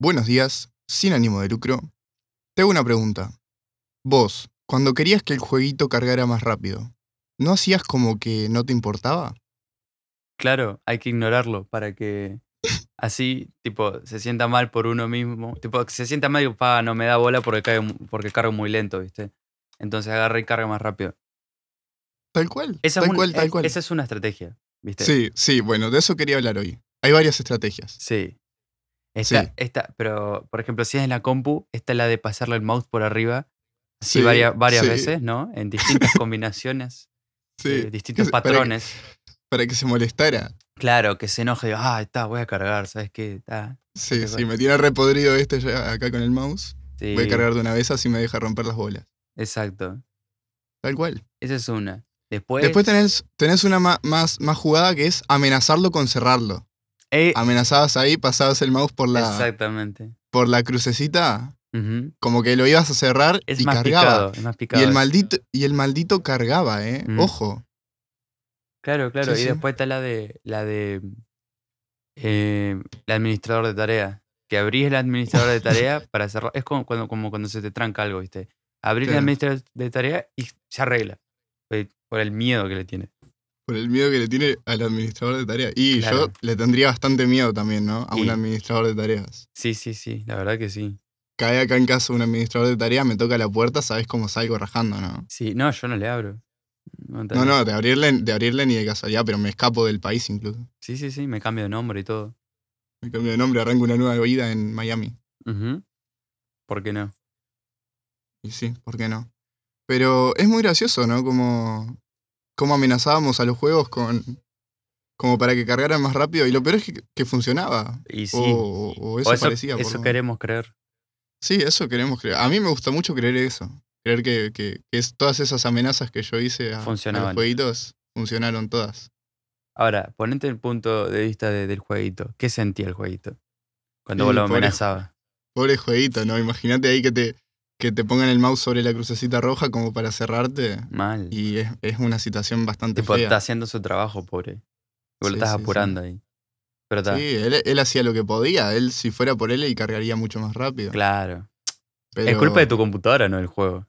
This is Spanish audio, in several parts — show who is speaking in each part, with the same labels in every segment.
Speaker 1: Buenos días, sin ánimo de lucro. Te hago una pregunta. Vos, cuando querías que el jueguito cargara más rápido, ¿no hacías como que no te importaba?
Speaker 2: Claro, hay que ignorarlo para que así, tipo, se sienta mal por uno mismo. Tipo, que se sienta mal y pa, no me da bola porque, cae, porque cargo muy lento, ¿viste? Entonces agarra y carga más rápido.
Speaker 1: Tal cual,
Speaker 2: Esa, es
Speaker 1: tal
Speaker 2: un-
Speaker 1: cual,
Speaker 2: es-
Speaker 1: tal cual.
Speaker 2: esa es una estrategia, ¿viste?
Speaker 1: Sí, sí, bueno, de eso quería hablar hoy. Hay varias estrategias.
Speaker 2: Sí. Esta,
Speaker 1: Sí.
Speaker 2: esta, pero, por ejemplo, si es en la compu, esta es la de pasarle el mouse por arriba, así
Speaker 1: Sí,
Speaker 2: varias, varias
Speaker 1: sí,
Speaker 2: veces, ¿no? En distintas combinaciones,
Speaker 1: sí.
Speaker 2: eh, distintos
Speaker 1: Para que-
Speaker 2: patrones.
Speaker 1: Para que se molestara.
Speaker 2: Claro, que se enoje, digo, ah, está, voy a cargar, ¿sabes qué? Está,
Speaker 1: Sí,
Speaker 2: Tal
Speaker 1: sí,
Speaker 2: cual.
Speaker 1: me tiene repodrido este ya acá con el mouse.
Speaker 2: sí,
Speaker 1: Voy a cargar de una vez así me deja romper las bolas.
Speaker 2: Exacto.
Speaker 1: Tal cual.
Speaker 2: Esa es una. Después,
Speaker 1: Después tenés, tenés una ma- más, más jugada que es amenazarlo con cerrarlo.
Speaker 2: eh,
Speaker 1: Amenazabas ahí, pasabas el mouse por la,
Speaker 2: exactamente.
Speaker 1: por la crucecita,
Speaker 2: Ujú.
Speaker 1: como que lo ibas a cerrar
Speaker 2: Es
Speaker 1: y
Speaker 2: más
Speaker 1: cargaba.
Speaker 2: picado, es más
Speaker 1: Y
Speaker 2: picado.
Speaker 1: el,
Speaker 2: eso.
Speaker 1: maldito, y el maldito cargaba, ¿eh?
Speaker 2: Mm.
Speaker 1: Ojo.
Speaker 2: Claro, claro.
Speaker 1: Sí,
Speaker 2: y
Speaker 1: sí.
Speaker 2: después está la de la de eh, el administrador de tarea. Que abrís el administrador de tarea para cerrar. Es como cuando, como cuando se te tranca algo, ¿viste? Abrís el
Speaker 1: Claro.
Speaker 2: administrador de tarea y se arregla. eh, Por el miedo que le tiene.
Speaker 1: Por el miedo que le tiene al administrador de tareas. Y
Speaker 2: Claro.
Speaker 1: yo le tendría bastante miedo también, ¿no? A
Speaker 2: Y-
Speaker 1: un administrador de tareas.
Speaker 2: Sí, sí, sí. La verdad que sí.
Speaker 1: Cae acá en casa un administrador de tareas, me toca la puerta, sabes cómo salgo rajando, ¿no?
Speaker 2: Sí, no, yo no le abro. No,
Speaker 1: No, no, de abrirle, de abrirle ni de casualidad, pero me escapo del país incluso.
Speaker 2: Sí, sí, sí. Me cambio de nombre y todo.
Speaker 1: Me cambio de nombre, arranco una nueva vida en Miami.
Speaker 2: Ujú. ¿Por qué no?
Speaker 1: Y sí, ¿por qué no? Pero es muy gracioso, ¿no? Como, como amenazábamos a los juegos con. como para que cargaran más rápido. Y lo peor es que, que funcionaba.
Speaker 2: Y sí.
Speaker 1: O, o- o
Speaker 2: o
Speaker 1: eso,
Speaker 2: eso,
Speaker 1: parecía. por
Speaker 2: eso
Speaker 1: lo menos.
Speaker 2: queremos creer.
Speaker 1: Sí, eso queremos creer. A mí me gusta mucho creer eso. Creer que, que- que es, todas esas amenazas que yo hice a, a los
Speaker 2: Funcionaban.
Speaker 1: jueguitos funcionaron todas.
Speaker 2: Ahora, ponete el punto de vista de- del jueguito. ¿Qué sentía el jueguito?
Speaker 1: Y,
Speaker 2: Cuando vos lo
Speaker 1: pobre ju-
Speaker 2: amenazabas.
Speaker 1: Pobre jueguito, ¿no? Imagínate ahí que te, que te pongan el mouse sobre la crucecita roja como para cerrarte.
Speaker 2: Mal.
Speaker 1: Y es, es una situación bastante
Speaker 2: tipo, está
Speaker 1: fea.
Speaker 2: haciendo su trabajo, pobre.
Speaker 1: Sí,
Speaker 2: Vos lo estás
Speaker 1: sí, sí.
Speaker 2: apurando ahí. Pero está.
Speaker 1: Sí, él, él hacía lo que podía. Él, si fuera por él, él cargaría mucho más rápido.
Speaker 2: Claro.
Speaker 1: Pero
Speaker 2: Es culpa de tu computadora, no del juego.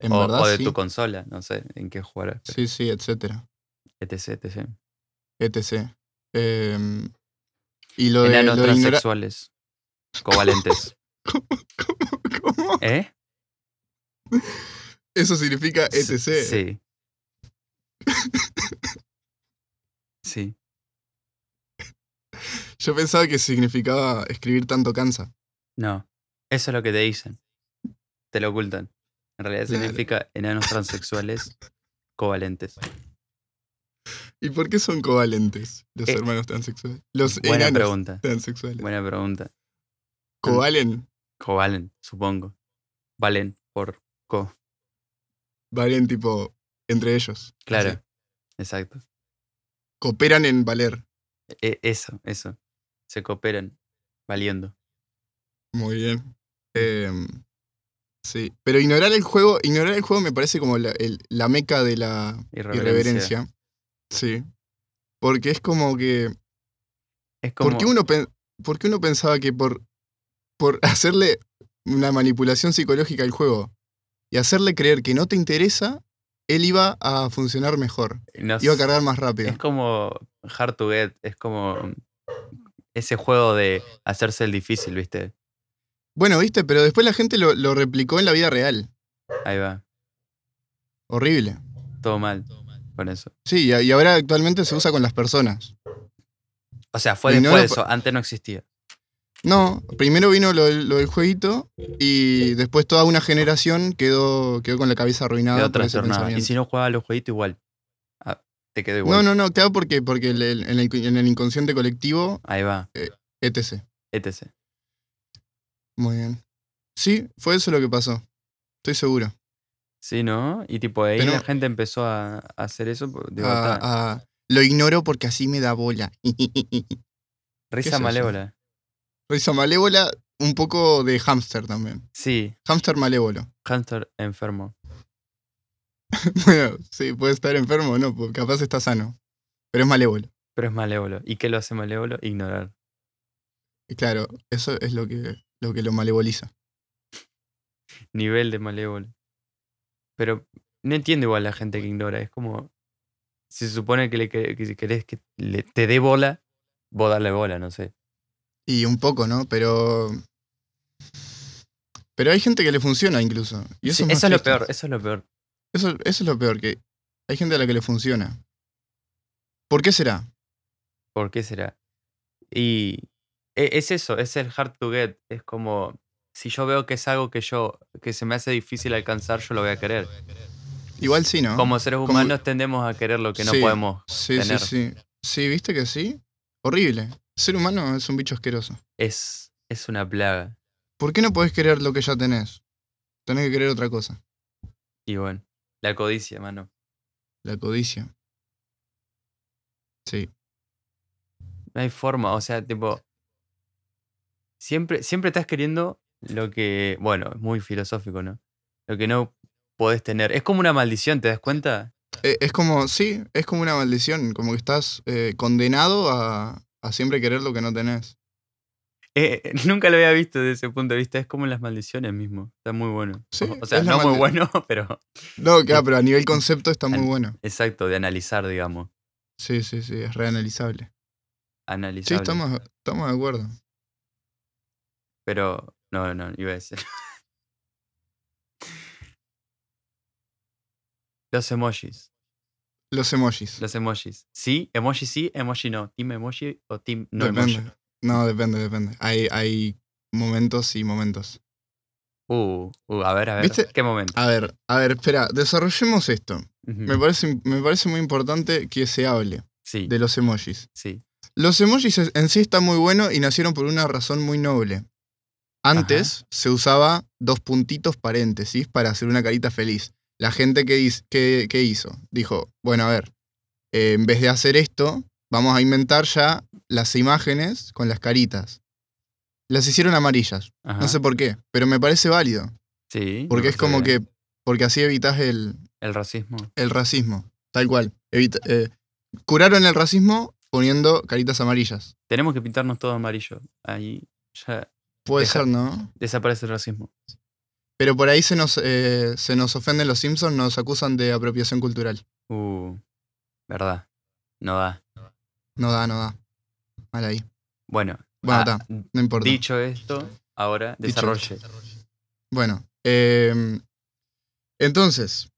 Speaker 1: En
Speaker 2: o,
Speaker 1: verdad,
Speaker 2: o de
Speaker 1: sí.
Speaker 2: tu consola, no sé en qué jugar.
Speaker 1: Sí, sí, etcétera.
Speaker 2: Etc, etc.
Speaker 1: Etc. Em, y lo de,
Speaker 2: Enanos
Speaker 1: lo de ignorar.
Speaker 2: transexuales. Covalentes.
Speaker 1: ¿Cómo?
Speaker 2: ¿Eh?
Speaker 1: Eso significa E etc.
Speaker 2: S- Sí. Sí.
Speaker 1: Yo pensaba que significaba escribir tanto cansa.
Speaker 2: No. Eso es lo que te dicen. Te lo ocultan. En realidad
Speaker 1: Claro.
Speaker 2: significa enanos transexuales covalentes.
Speaker 1: ¿Y por qué son covalentes los
Speaker 2: Eh,
Speaker 1: hermanos transexuales? Los
Speaker 2: Buena
Speaker 1: enanos
Speaker 2: pregunta.
Speaker 1: transexuales.
Speaker 2: Buena pregunta.
Speaker 1: Covalen,
Speaker 2: Covalen, supongo. Valen por co.
Speaker 1: valen tipo entre ellos.
Speaker 2: Claro.
Speaker 1: Así.
Speaker 2: Exacto.
Speaker 1: Cooperan en valer.
Speaker 2: E- eso, eso. Se cooperan valiendo.
Speaker 1: Muy
Speaker 2: Mm.
Speaker 1: bien. Em, sí. Pero ignorar el juego, ignorar el juego me parece como la, el- la meca de la
Speaker 2: Irreverencia.
Speaker 1: irreverencia. Sí. Porque es como que.
Speaker 2: Es como.
Speaker 1: ¿Por qué uno, pen- por qué uno pensaba que por, por hacerle una manipulación psicológica al juego y hacerle creer que no te interesa, él iba a funcionar mejor?
Speaker 2: eh, no
Speaker 1: Iba a
Speaker 2: sé,
Speaker 1: cargar más rápido.
Speaker 2: Es como Hard to Get. Es como. Ese juego de hacerse el difícil, ¿viste?
Speaker 1: Bueno, viste, pero después la gente lo, lo replicó en la vida real.
Speaker 2: Ahí va.
Speaker 1: Horrible.
Speaker 2: Todo mal. Con eso.
Speaker 1: Sí, y, y ahora actualmente
Speaker 2: Eh.
Speaker 1: se usa con las personas.
Speaker 2: O sea,
Speaker 1: Y
Speaker 2: fue
Speaker 1: no
Speaker 2: después
Speaker 1: lo
Speaker 2: de
Speaker 1: po-
Speaker 2: eso. Antes no existía.
Speaker 1: No, primero vino lo, del- lo del jueguito y después toda una generación quedó, quedó con la cabeza arruinada
Speaker 2: Quedó
Speaker 1: por Ah, ese
Speaker 2: trastornado. Y
Speaker 1: pensamiento.
Speaker 2: si no jugaba a los jueguitos, igual. Ah, te quedó igual.
Speaker 1: No, no, no, claro, porque, porque el- el- en, el, en el inconsciente colectivo,
Speaker 2: Ahí va.
Speaker 1: etc.
Speaker 2: Etc.
Speaker 1: Muy bien. Sí, fue eso lo que pasó. Estoy seguro.
Speaker 2: Sí, ¿no? Y tipo, ahí la
Speaker 1: Tenemos-
Speaker 2: gente empezó a, a hacer eso. por- digo,
Speaker 1: Ah,
Speaker 2: ta,
Speaker 1: ah, lo ignoro porque así me da bola. ¿qué es
Speaker 2: risa
Speaker 1: eso?
Speaker 2: malévola.
Speaker 1: Risa malévola, un poco de hámster también.
Speaker 2: Sí,
Speaker 1: Hámster malévolo.
Speaker 2: hamster enfermo.
Speaker 1: bueno, sí, puede estar enfermo o no, porque capaz está sano. Pero es malévolo.
Speaker 2: Pero es malévolo. ¿Y qué lo hace malévolo? Ignorar.
Speaker 1: Y claro, eso es lo que, lo que lo malevoliza.
Speaker 2: nivel de malévolo. Pero no entiendo igual la gente que ignora. Es como. Si se supone que, le, que, que si querés que le- te dé bola, vos darle bola, no sé.
Speaker 1: Y un poco, ¿no? Pero. Pero hay gente que le funciona incluso. Y eso
Speaker 2: Sí,
Speaker 1: es, más
Speaker 2: eso es lo
Speaker 1: triste.
Speaker 2: peor, eso es lo peor.
Speaker 1: Eso, eso es lo peor, que hay gente a la que le funciona. ¿Por qué será?
Speaker 2: ¿Por qué será? Y e- es eso, es el hard to get. Es como, si yo veo que es algo que yo, que se me hace difícil alcanzar, yo lo voy a querer.
Speaker 1: Igual sí, ¿no?
Speaker 2: Como seres
Speaker 1: Como-
Speaker 2: humanos tendemos a querer lo que no
Speaker 1: Sí,
Speaker 2: podemos
Speaker 1: sí, sí,
Speaker 2: tener.
Speaker 1: sí. Sí, ¿viste que sí? Horrible. El ser humano es un bicho asqueroso.
Speaker 2: Es, es una plaga.
Speaker 1: ¿Por qué no podés querer lo que ya tenés? Tenés que querer otra cosa.
Speaker 2: Y bueno, la codicia, mano.
Speaker 1: La codicia. Sí.
Speaker 2: No hay forma, o sea, tipo... Siempre, siempre estás queriendo lo que, bueno, es muy filosófico, ¿no? Lo que no podés tener. Es como una maldición, ¿te das cuenta?
Speaker 1: Eh, es como, sí, es como una maldición. Como que estás eh, condenado a, a siempre querer lo que no tenés.
Speaker 2: Eh, eh, nunca lo había visto desde ese punto de vista. Es como las maldiciones mismo. Está muy bueno.
Speaker 1: Sí,
Speaker 2: o, o sea,
Speaker 1: es la
Speaker 2: no muy
Speaker 1: maldi-
Speaker 2: bueno, pero
Speaker 1: No, claro, pero a nivel concepto está muy
Speaker 2: An-
Speaker 1: bueno.
Speaker 2: exacto, de analizar, digamos.
Speaker 1: Sí, sí, sí, es reanalizable. Sí,
Speaker 2: Analizar.
Speaker 1: estamos, estamos de acuerdo.
Speaker 2: Pero no, no, iba a decir. Los emojis.
Speaker 1: Los emojis.
Speaker 2: Los emojis. Sí, emoji sí, emoji no. Team emoji o team no
Speaker 1: depende.
Speaker 2: emoji.
Speaker 1: No, depende, depende. Hay, hay momentos y momentos.
Speaker 2: Uh, uh, a ver, a ver.
Speaker 1: ¿Viste?
Speaker 2: ¿Qué momento?
Speaker 1: A ver, a ver, espera, desarrollemos esto.
Speaker 2: Ujú.
Speaker 1: Me parece, me parece muy importante que se hable
Speaker 2: Sí,
Speaker 1: de los emojis.
Speaker 2: sí.
Speaker 1: Los emojis es- en sí están muy buenos y nacieron por una razón muy noble. Antes se usaba dos puntitos paréntesis para hacer una carita feliz. La gente que, hiz- que- que hizo dijo, bueno, a ver, eh, en vez de hacer esto, vamos a inventar ya las imágenes con las caritas. Las hicieron amarillas.
Speaker 2: Ajá.
Speaker 1: No sé por qué, pero me parece válido.
Speaker 2: sí. me
Speaker 1: Porque es
Speaker 2: parece
Speaker 1: como
Speaker 2: bien.
Speaker 1: que, porque así evitas el,
Speaker 2: El racismo.
Speaker 1: el racismo. Tal cual. Evita- eh, curaron el racismo poniendo caritas amarillas.
Speaker 2: Tenemos que pintarnos todo amarillo. Ahí ya
Speaker 1: Puede
Speaker 2: Deja-
Speaker 1: ser, ¿no?
Speaker 2: desaparece el racismo.
Speaker 1: Pero por ahí se nos, eh, se nos ofenden los Simpsons, nos acusan de apropiación cultural.
Speaker 2: Uh, verdad. No da.
Speaker 1: No da, no da. Mal ahí.
Speaker 2: Bueno,
Speaker 1: Bueno,
Speaker 2: ah,
Speaker 1: está, no importa.
Speaker 2: dicho esto, ahora
Speaker 1: Dicho
Speaker 2: desarrolle.
Speaker 1: Bueno, eh, entonces,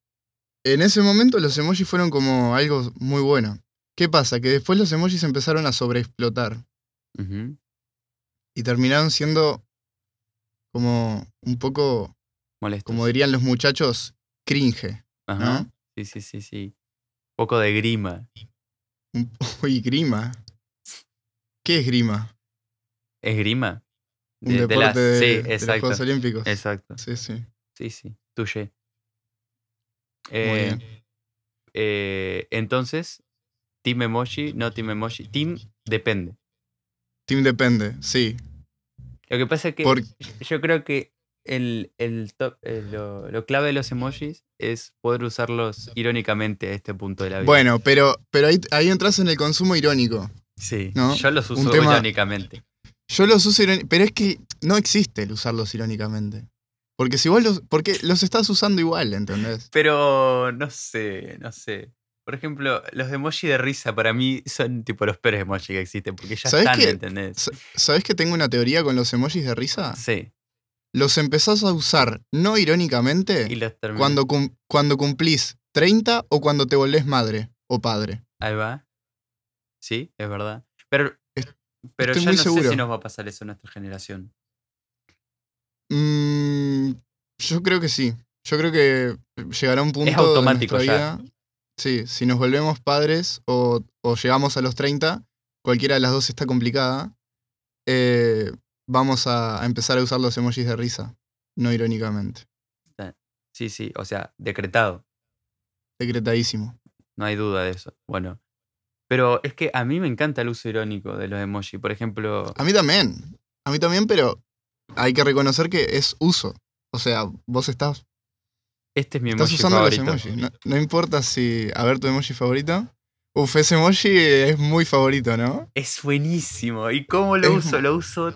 Speaker 1: en ese momento los emojis fueron como algo muy bueno. ¿Qué pasa? Que después los emojis empezaron a sobreexplotar
Speaker 2: Ujú.
Speaker 1: y terminaron siendo como un poco,
Speaker 2: Molestos.
Speaker 1: como dirían los muchachos, cringe.
Speaker 2: Ajá.
Speaker 1: ¿no?
Speaker 2: Sí, sí, sí, sí. Un poco de grima.
Speaker 1: Uy, grima. ¿Qué es grima?
Speaker 2: ¿Es grima?
Speaker 1: Un
Speaker 2: De- de las-
Speaker 1: deporte de, de
Speaker 2: sí,
Speaker 1: los
Speaker 2: exacto.
Speaker 1: Juegos Olímpicos.
Speaker 2: Exacto.
Speaker 1: Sí, sí.
Speaker 2: Sí, sí. Tuye.
Speaker 1: Muy
Speaker 2: Eh, eh, entonces, Team Emoji, no Team Emoji. Team depende.
Speaker 1: Team depende, sí.
Speaker 2: Lo que pasa es que
Speaker 1: Por-
Speaker 2: yo creo que el, el top- eh, lo, lo clave de los emojis es poder usarlos irónicamente a este punto de la vida.
Speaker 1: Bueno, pero, pero ahí, ahí entras en el consumo irónico.
Speaker 2: sí,
Speaker 1: ¿no?
Speaker 2: yo los
Speaker 1: Un
Speaker 2: uso
Speaker 1: tema-
Speaker 2: irónicamente.
Speaker 1: Yo los uso irónicamente, pero es que no existe el usarlos irónicamente. Porque si vos los. Porque los estás usando igual, ¿entendés?
Speaker 2: Pero no sé, no sé. Por ejemplo, los emojis de risa para mí son tipo los peores emojis que existen porque ya
Speaker 1: ¿Sabés
Speaker 2: están,
Speaker 1: qué?
Speaker 2: ¿entendés?
Speaker 1: ¿Sabés que tengo una teoría con los emojis de risa?
Speaker 2: Sí.
Speaker 1: Los empezás a usar no
Speaker 2: Y
Speaker 1: irónicamente
Speaker 2: los
Speaker 1: Eh,
Speaker 2: terminé.
Speaker 1: cuando, cum- cuando cumplís 30 o cuando te volvés madre o padre.
Speaker 2: Ahí va. Sí, es verdad. Pero,
Speaker 1: Est-
Speaker 2: pero
Speaker 1: estoy
Speaker 2: ya
Speaker 1: muy
Speaker 2: no sé
Speaker 1: seguro.
Speaker 2: si nos va a pasar eso a nuestra generación.
Speaker 1: Mm, yo creo que sí. Yo creo que llegará un punto
Speaker 2: automático
Speaker 1: de
Speaker 2: ya.
Speaker 1: nuestra vida. Sí, si nos volvemos padres o, o llegamos a los 30, cualquiera de las dos está complicada. eh, vamos a, a empezar a usar los emojis de risa, no irónicamente.
Speaker 2: Sí, sí, o sea, decretado.
Speaker 1: Decretadísimo.
Speaker 2: No hay duda de eso. Bueno. Pero es que a mí me encanta el uso irónico de los emojis. Por ejemplo,
Speaker 1: A mí también. A mí también, pero hay que reconocer que es uso. O sea, vos estás,
Speaker 2: este es mi
Speaker 1: estás
Speaker 2: emoji
Speaker 1: usando
Speaker 2: favorito.
Speaker 1: los emojis. No, no importa si. A ver, tu emoji favorito. Uf, ese emoji es muy favorito, ¿no?
Speaker 2: Es buenísimo. ¿Y cómo lo
Speaker 1: Es-
Speaker 2: uso? Lo uso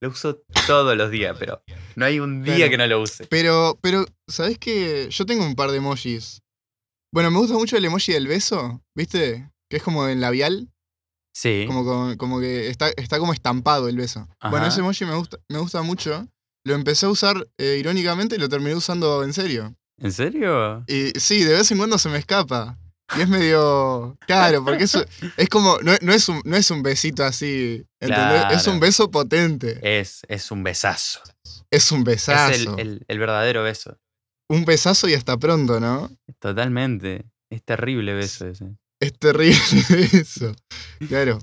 Speaker 2: Lo uso todos los días, pero no hay un día
Speaker 1: Claro.
Speaker 2: que no lo use.
Speaker 1: Pero, pero, ¿sabés qué? Yo tengo un par de emojis. Bueno, me gusta mucho el emoji del beso, ¿viste? Que es como en labial,
Speaker 2: Sí.
Speaker 1: como, con- como que está, está como estampado el beso. Bueno,
Speaker 2: Ajá.
Speaker 1: ese emoji me gusta, me gusta mucho. Lo empecé a usar eh, irónicamente y lo terminé usando en serio.
Speaker 2: ¿En serio?
Speaker 1: Y sí, de vez en cuando se me escapa. Y es medio. Claro, porque eso es como. No, no es un, no es un besito así. ¿Entendés? Es
Speaker 2: Claro.
Speaker 1: un beso potente.
Speaker 2: Es, es un besazo.
Speaker 1: Es un besazo.
Speaker 2: Es el, el- el verdadero beso.
Speaker 1: Un besazo y hasta pronto, ¿no?
Speaker 2: Totalmente. Es terrible beso ese.
Speaker 1: Es terrible eso. Claro.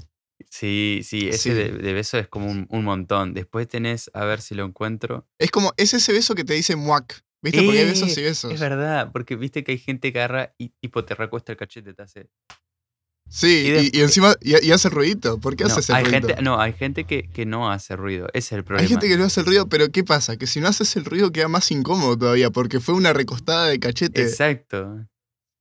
Speaker 2: Sí, sí, ese
Speaker 1: Sí.
Speaker 2: De, de beso es como un, un montón. Después tenés, a ver si lo encuentro.
Speaker 1: Es como. Es ese beso que te dice muac. ¿Viste? Porque hay besos y
Speaker 2: Eh,
Speaker 1: besos.
Speaker 2: Es verdad, porque viste que hay gente que agarra y tipo te recuesta el cachete, te hace.
Speaker 1: Sí,
Speaker 2: Y
Speaker 1: y,
Speaker 2: de-
Speaker 1: y encima. Y, y hace ruidito. ¿Por qué
Speaker 2: no,
Speaker 1: hace ese
Speaker 2: hay
Speaker 1: ruido?
Speaker 2: gente, no, hay gente que, que no hace ruido. Ese es el problema.
Speaker 1: Hay gente que no hace el ruido, pero ¿qué pasa? Que si no haces el ruido queda más incómodo todavía, porque fue una recostada de cachete.
Speaker 2: Exacto.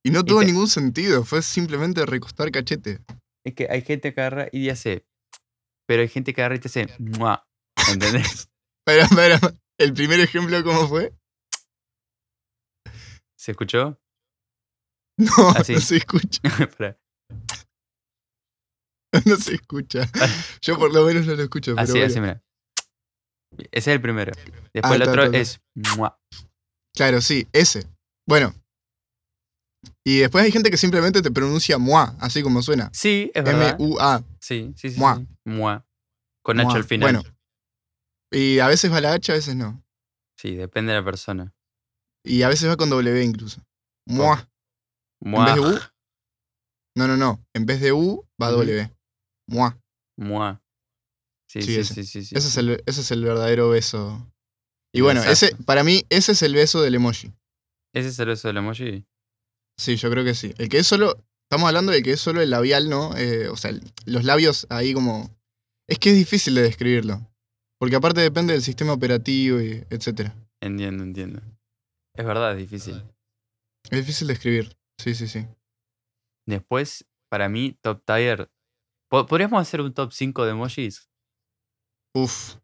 Speaker 1: Y no tuvo
Speaker 2: te-
Speaker 1: ningún sentido, fue simplemente recostar cachete.
Speaker 2: Es que hay gente que agarra y hace. Pero hay gente que agarra y te hace. "Mua", ¿Entendés?
Speaker 1: Pero, pero, el primer ejemplo, ¿cómo fue?
Speaker 2: ¿Se escuchó?
Speaker 1: No,
Speaker 2: Así.
Speaker 1: no se escucha,
Speaker 2: Pará.
Speaker 1: no se escucha. Yo por lo menos no lo escucho, pero
Speaker 2: Así,
Speaker 1: bueno.
Speaker 2: así, mira. Ese es el primero.
Speaker 1: Ah,
Speaker 2: Después el
Speaker 1: está,
Speaker 2: otro
Speaker 1: está,
Speaker 2: es. "Mua".
Speaker 1: Claro, sí, ese. Bueno. Y después hay gente que simplemente te pronuncia moi, así como suena.
Speaker 2: Sí, es verdad.
Speaker 1: M-U-A.
Speaker 2: Sí, sí, sí.
Speaker 1: Mua.
Speaker 2: sí. Mua. Con
Speaker 1: moi.
Speaker 2: Nacho al final.
Speaker 1: Bueno. Y a veces va la H, a veces no.
Speaker 2: Sí, depende de la persona.
Speaker 1: Y a veces va con W incluso. Moi.
Speaker 2: Mua.
Speaker 1: vez de U? No, no, no. En vez de U va
Speaker 2: Ujú.
Speaker 1: W. Moi.
Speaker 2: Mua. Sí,
Speaker 1: Sí,
Speaker 2: sí,
Speaker 1: ese.
Speaker 2: sí, sí, sí.
Speaker 1: Ese es el, ese es el verdadero beso. Y
Speaker 2: El
Speaker 1: bueno, ese,
Speaker 2: besazo.
Speaker 1: para mí, ese es el beso del emoji.
Speaker 2: ¿Ese es el beso del emoji?
Speaker 1: Sí, yo creo que sí. El que es solo. Estamos hablando del que es solo el labial, ¿no? Eh, o sea, el- los labios ahí como. Es que es difícil de describirlo. Porque aparte depende del sistema operativo y etcétera.
Speaker 2: Entiendo, entiendo. Es verdad, es difícil.
Speaker 1: Es difícil de escribir. Sí, sí, sí.
Speaker 2: Después, para mí, top tier. Po- ¿Podríamos hacer un top 5 de emojis?
Speaker 1: Uf.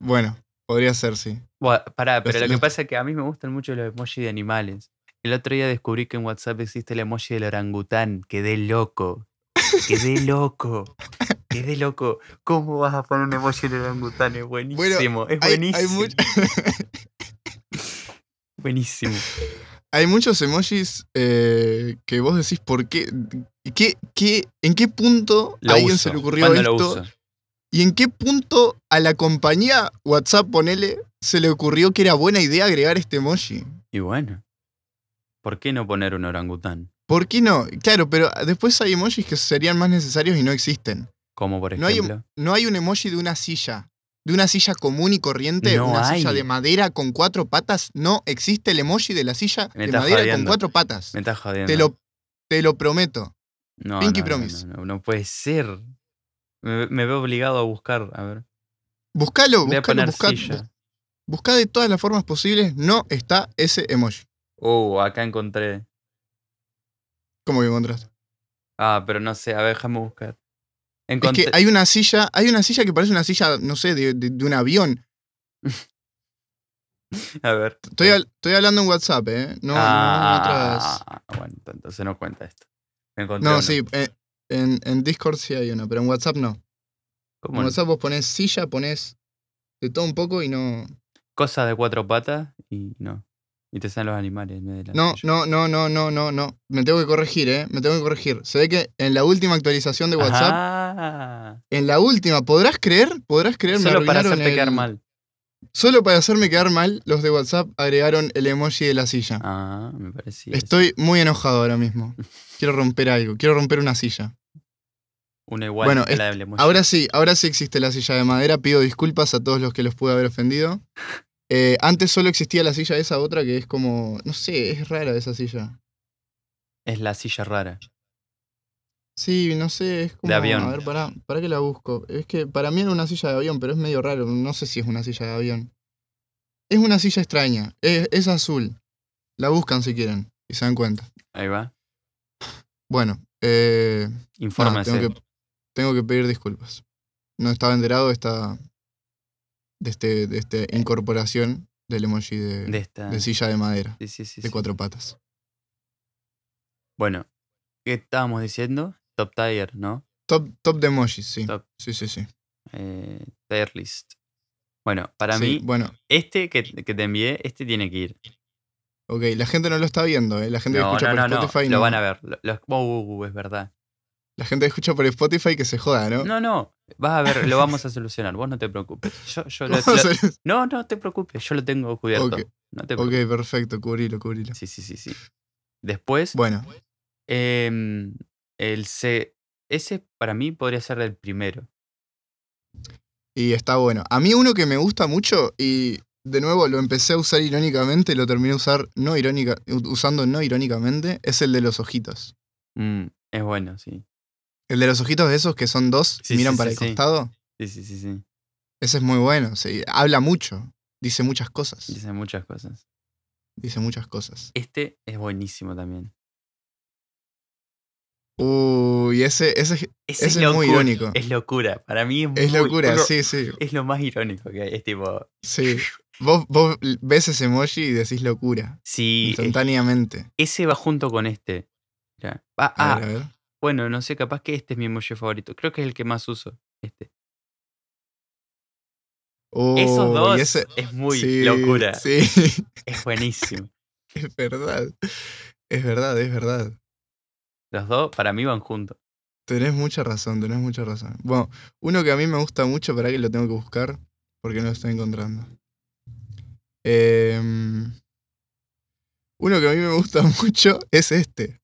Speaker 1: Bueno, podría ser, sí.
Speaker 2: Bueno, pará, pero
Speaker 1: Los-
Speaker 2: lo que
Speaker 1: los-
Speaker 2: pasa es que a mí me gustan mucho los emojis de animales. El otro día descubrí que en WhatsApp existe el emoji del orangután. Quedé loco. Quedé loco. Quedé loco. ¿Cómo vas a poner un emoji del orangután? Es buenísimo. es
Speaker 1: Hay-
Speaker 2: buenísimo.
Speaker 1: Hay, much-
Speaker 2: Buenísimo.
Speaker 1: hay muchos emojis eh, que vos decís por qué. ¿Qué, qué en qué punto
Speaker 2: Lo
Speaker 1: a alguien
Speaker 2: uso.
Speaker 1: se le ocurrió
Speaker 2: ¿Cuándo
Speaker 1: esto?
Speaker 2: lo uso?
Speaker 1: ¿Y en qué punto a la compañía WhatsApp, ponele, se le ocurrió que era buena idea agregar este emoji?
Speaker 2: Y bueno. ¿Por qué no poner un orangután?
Speaker 1: ¿Por qué no? Claro, pero después hay emojis que serían más necesarios y no existen.
Speaker 2: Como por
Speaker 1: No hay,
Speaker 2: ejemplo.
Speaker 1: un- no hay un emoji de una silla. De una silla común y corriente,
Speaker 2: No
Speaker 1: una
Speaker 2: hay.
Speaker 1: silla de madera con cuatro patas. No existe el emoji de la silla
Speaker 2: Me
Speaker 1: de
Speaker 2: estás
Speaker 1: madera con
Speaker 2: jodiendo.
Speaker 1: cuatro patas.
Speaker 2: Me estás jodiendo.
Speaker 1: Te lo, te lo prometo.
Speaker 2: No,
Speaker 1: Pinky
Speaker 2: no, no,
Speaker 1: promise.
Speaker 2: No, no, no puede ser. Me, me veo obligado a buscar. A ver.
Speaker 1: Buscalo,
Speaker 2: Voy a
Speaker 1: buscalo,
Speaker 2: poner
Speaker 1: busca,
Speaker 2: silla.
Speaker 1: busca de todas las formas posibles. No está ese emoji.
Speaker 2: Oh, acá encontré.
Speaker 1: Como que encontraste.
Speaker 2: Ah, pero no sé. A ver, déjame buscar.
Speaker 1: Es
Speaker 2: Encontré.
Speaker 1: que hay una silla, hay una silla que parece una silla, no sé, de, de- de un avión.
Speaker 2: A ver.
Speaker 1: Estoy, hab- estoy hablando en WhatsApp, ¿eh? No, no,
Speaker 2: ah,
Speaker 1: en otras-
Speaker 2: bueno, ent- entonces no cuenta esto. Encontré
Speaker 1: No,
Speaker 2: uno.
Speaker 1: sí, eh, en, en Discord sí hay una, pero en WhatsApp no.
Speaker 2: ¿Cómo
Speaker 1: En
Speaker 2: no?
Speaker 1: WhatsApp vos ponés silla, ponés de todo un poco y no.
Speaker 2: Cosas de cuatro patas y no. Y te salen los animales en vez de la
Speaker 1: No,
Speaker 2: silla.
Speaker 1: no, no, no, no, no, no. Me tengo que corregir, ¿eh? Me tengo que corregir. Se ve que en la última actualización de WhatsApp,
Speaker 2: Ah,
Speaker 1: en la última, ¿podrás creer? ¿Podrás creer? Me
Speaker 2: solo para
Speaker 1: arruinaron
Speaker 2: hacerte quedar
Speaker 1: el-
Speaker 2: mal.
Speaker 1: Solo para hacerme quedar mal, los de WhatsApp agregaron el emoji de la silla.
Speaker 2: Ah, me parecía. eso.
Speaker 1: Estoy muy enojado ahora mismo. Quiero romper algo, quiero romper una silla.
Speaker 2: Una igual
Speaker 1: Bueno,
Speaker 2: a la del emoji.
Speaker 1: Ahora sí, ahora sí existe la silla de madera. Pido disculpas a todos los que los pude haber ofendido. Eh, antes solo existía la silla esa otra que es como, no sé, es rara esa silla.
Speaker 2: Es la silla rara.
Speaker 1: Sí, no sé, es como...
Speaker 2: De avión.
Speaker 1: A ver, pará, ¿para qué la busco? Es que para mí era una silla de avión, pero es medio raro. No sé si es una silla de avión. Es una silla extraña, es, es azul. La buscan si quieren y se dan cuenta.
Speaker 2: Ahí
Speaker 1: Ah,
Speaker 2: va.
Speaker 1: Bueno, eh... Nada,
Speaker 2: Infórmese.
Speaker 1: tengo, que, tengo que pedir disculpas. No estaba enterado, está. de esta de este incorporación del emoji de,
Speaker 2: Eh. de esta.
Speaker 1: de silla de madera,
Speaker 2: Sí, sí, sí,
Speaker 1: de
Speaker 2: sí.
Speaker 1: cuatro patas.
Speaker 2: Bueno, ¿qué estábamos diciendo? Top tier, ¿no?
Speaker 1: Top, top de emojis, sí.
Speaker 2: Top.
Speaker 1: Sí, sí, sí.
Speaker 2: Eh, tier list. Bueno, para
Speaker 1: Sí,
Speaker 2: mí,
Speaker 1: Bueno,
Speaker 2: este que, que te envié, este tiene que ir.
Speaker 1: ok, la gente no lo está viendo, ¿eh? La gente que
Speaker 2: No,
Speaker 1: escucha
Speaker 2: no, no,
Speaker 1: por
Speaker 2: no,
Speaker 1: Spotify.
Speaker 2: lo
Speaker 1: no.
Speaker 2: van a ver. Lo- los- uh, uh, uh, es verdad.
Speaker 1: La gente que escucha por Spotify que se joda, ¿no?
Speaker 2: No, no, vas a ver, lo vamos a solucionar. Vos no te preocupes. Yo, yo lo-
Speaker 1: Vamos
Speaker 2: lo-
Speaker 1: a hacer-
Speaker 2: no, no te preocupes, yo lo tengo cubierto.
Speaker 1: Ok,
Speaker 2: No te
Speaker 1: ok,
Speaker 2: preocupes.
Speaker 1: perfecto, cubrilo, cubrilo.
Speaker 2: Sí, sí, sí, sí. Después,
Speaker 1: Bueno,
Speaker 2: em, el C. Ese para mí podría ser el primero.
Speaker 1: y está bueno. A mí uno que me gusta mucho y de nuevo lo empecé a usar irónicamente y lo terminé usar no irónica, usando no irónicamente es el de los ojitos.
Speaker 2: Mm, es bueno, sí.
Speaker 1: El de los ojitos de esos que son dos,
Speaker 2: Sí,
Speaker 1: miran
Speaker 2: sí,
Speaker 1: para
Speaker 2: sí,
Speaker 1: el
Speaker 2: sí.
Speaker 1: costado.
Speaker 2: Sí, sí, sí, sí.
Speaker 1: Ese es muy bueno, sí. habla mucho, dice muchas cosas.
Speaker 2: Dice muchas cosas.
Speaker 1: Dice muchas cosas.
Speaker 2: Este es buenísimo también.
Speaker 1: Uy, ese, ese, Ese
Speaker 2: Ese,
Speaker 1: es muy
Speaker 2: locura,
Speaker 1: irónico.
Speaker 2: Es locura. Para mí es,
Speaker 1: es
Speaker 2: muy-
Speaker 1: locura,
Speaker 2: uno-
Speaker 1: sí, sí.
Speaker 2: Es lo más irónico que hay. Es tipo.
Speaker 1: sí. Vos, vos ves ese emoji y decís locura.
Speaker 2: Sí, es-
Speaker 1: instantáneamente.
Speaker 2: ese va junto con este. Mirá.
Speaker 1: A
Speaker 2: Ah,
Speaker 1: ver,
Speaker 2: ah,
Speaker 1: a ver.
Speaker 2: bueno, no sé, capaz que este es mi emoji favorito. Creo que es el que más uso. Este.
Speaker 1: Uy,
Speaker 2: Esos dos
Speaker 1: ese-
Speaker 2: es muy
Speaker 1: sí,
Speaker 2: locura.
Speaker 1: Sí,
Speaker 2: Es buenísimo.
Speaker 1: es verdad. Es verdad, es verdad.
Speaker 2: Los dos para mí van juntos.
Speaker 1: Tenés mucha razón, tenés mucha razón. Bueno, uno que a mí me gusta mucho, para que lo tengo que buscar, porque no lo estoy encontrando. Em, uno que a mí me gusta mucho es este.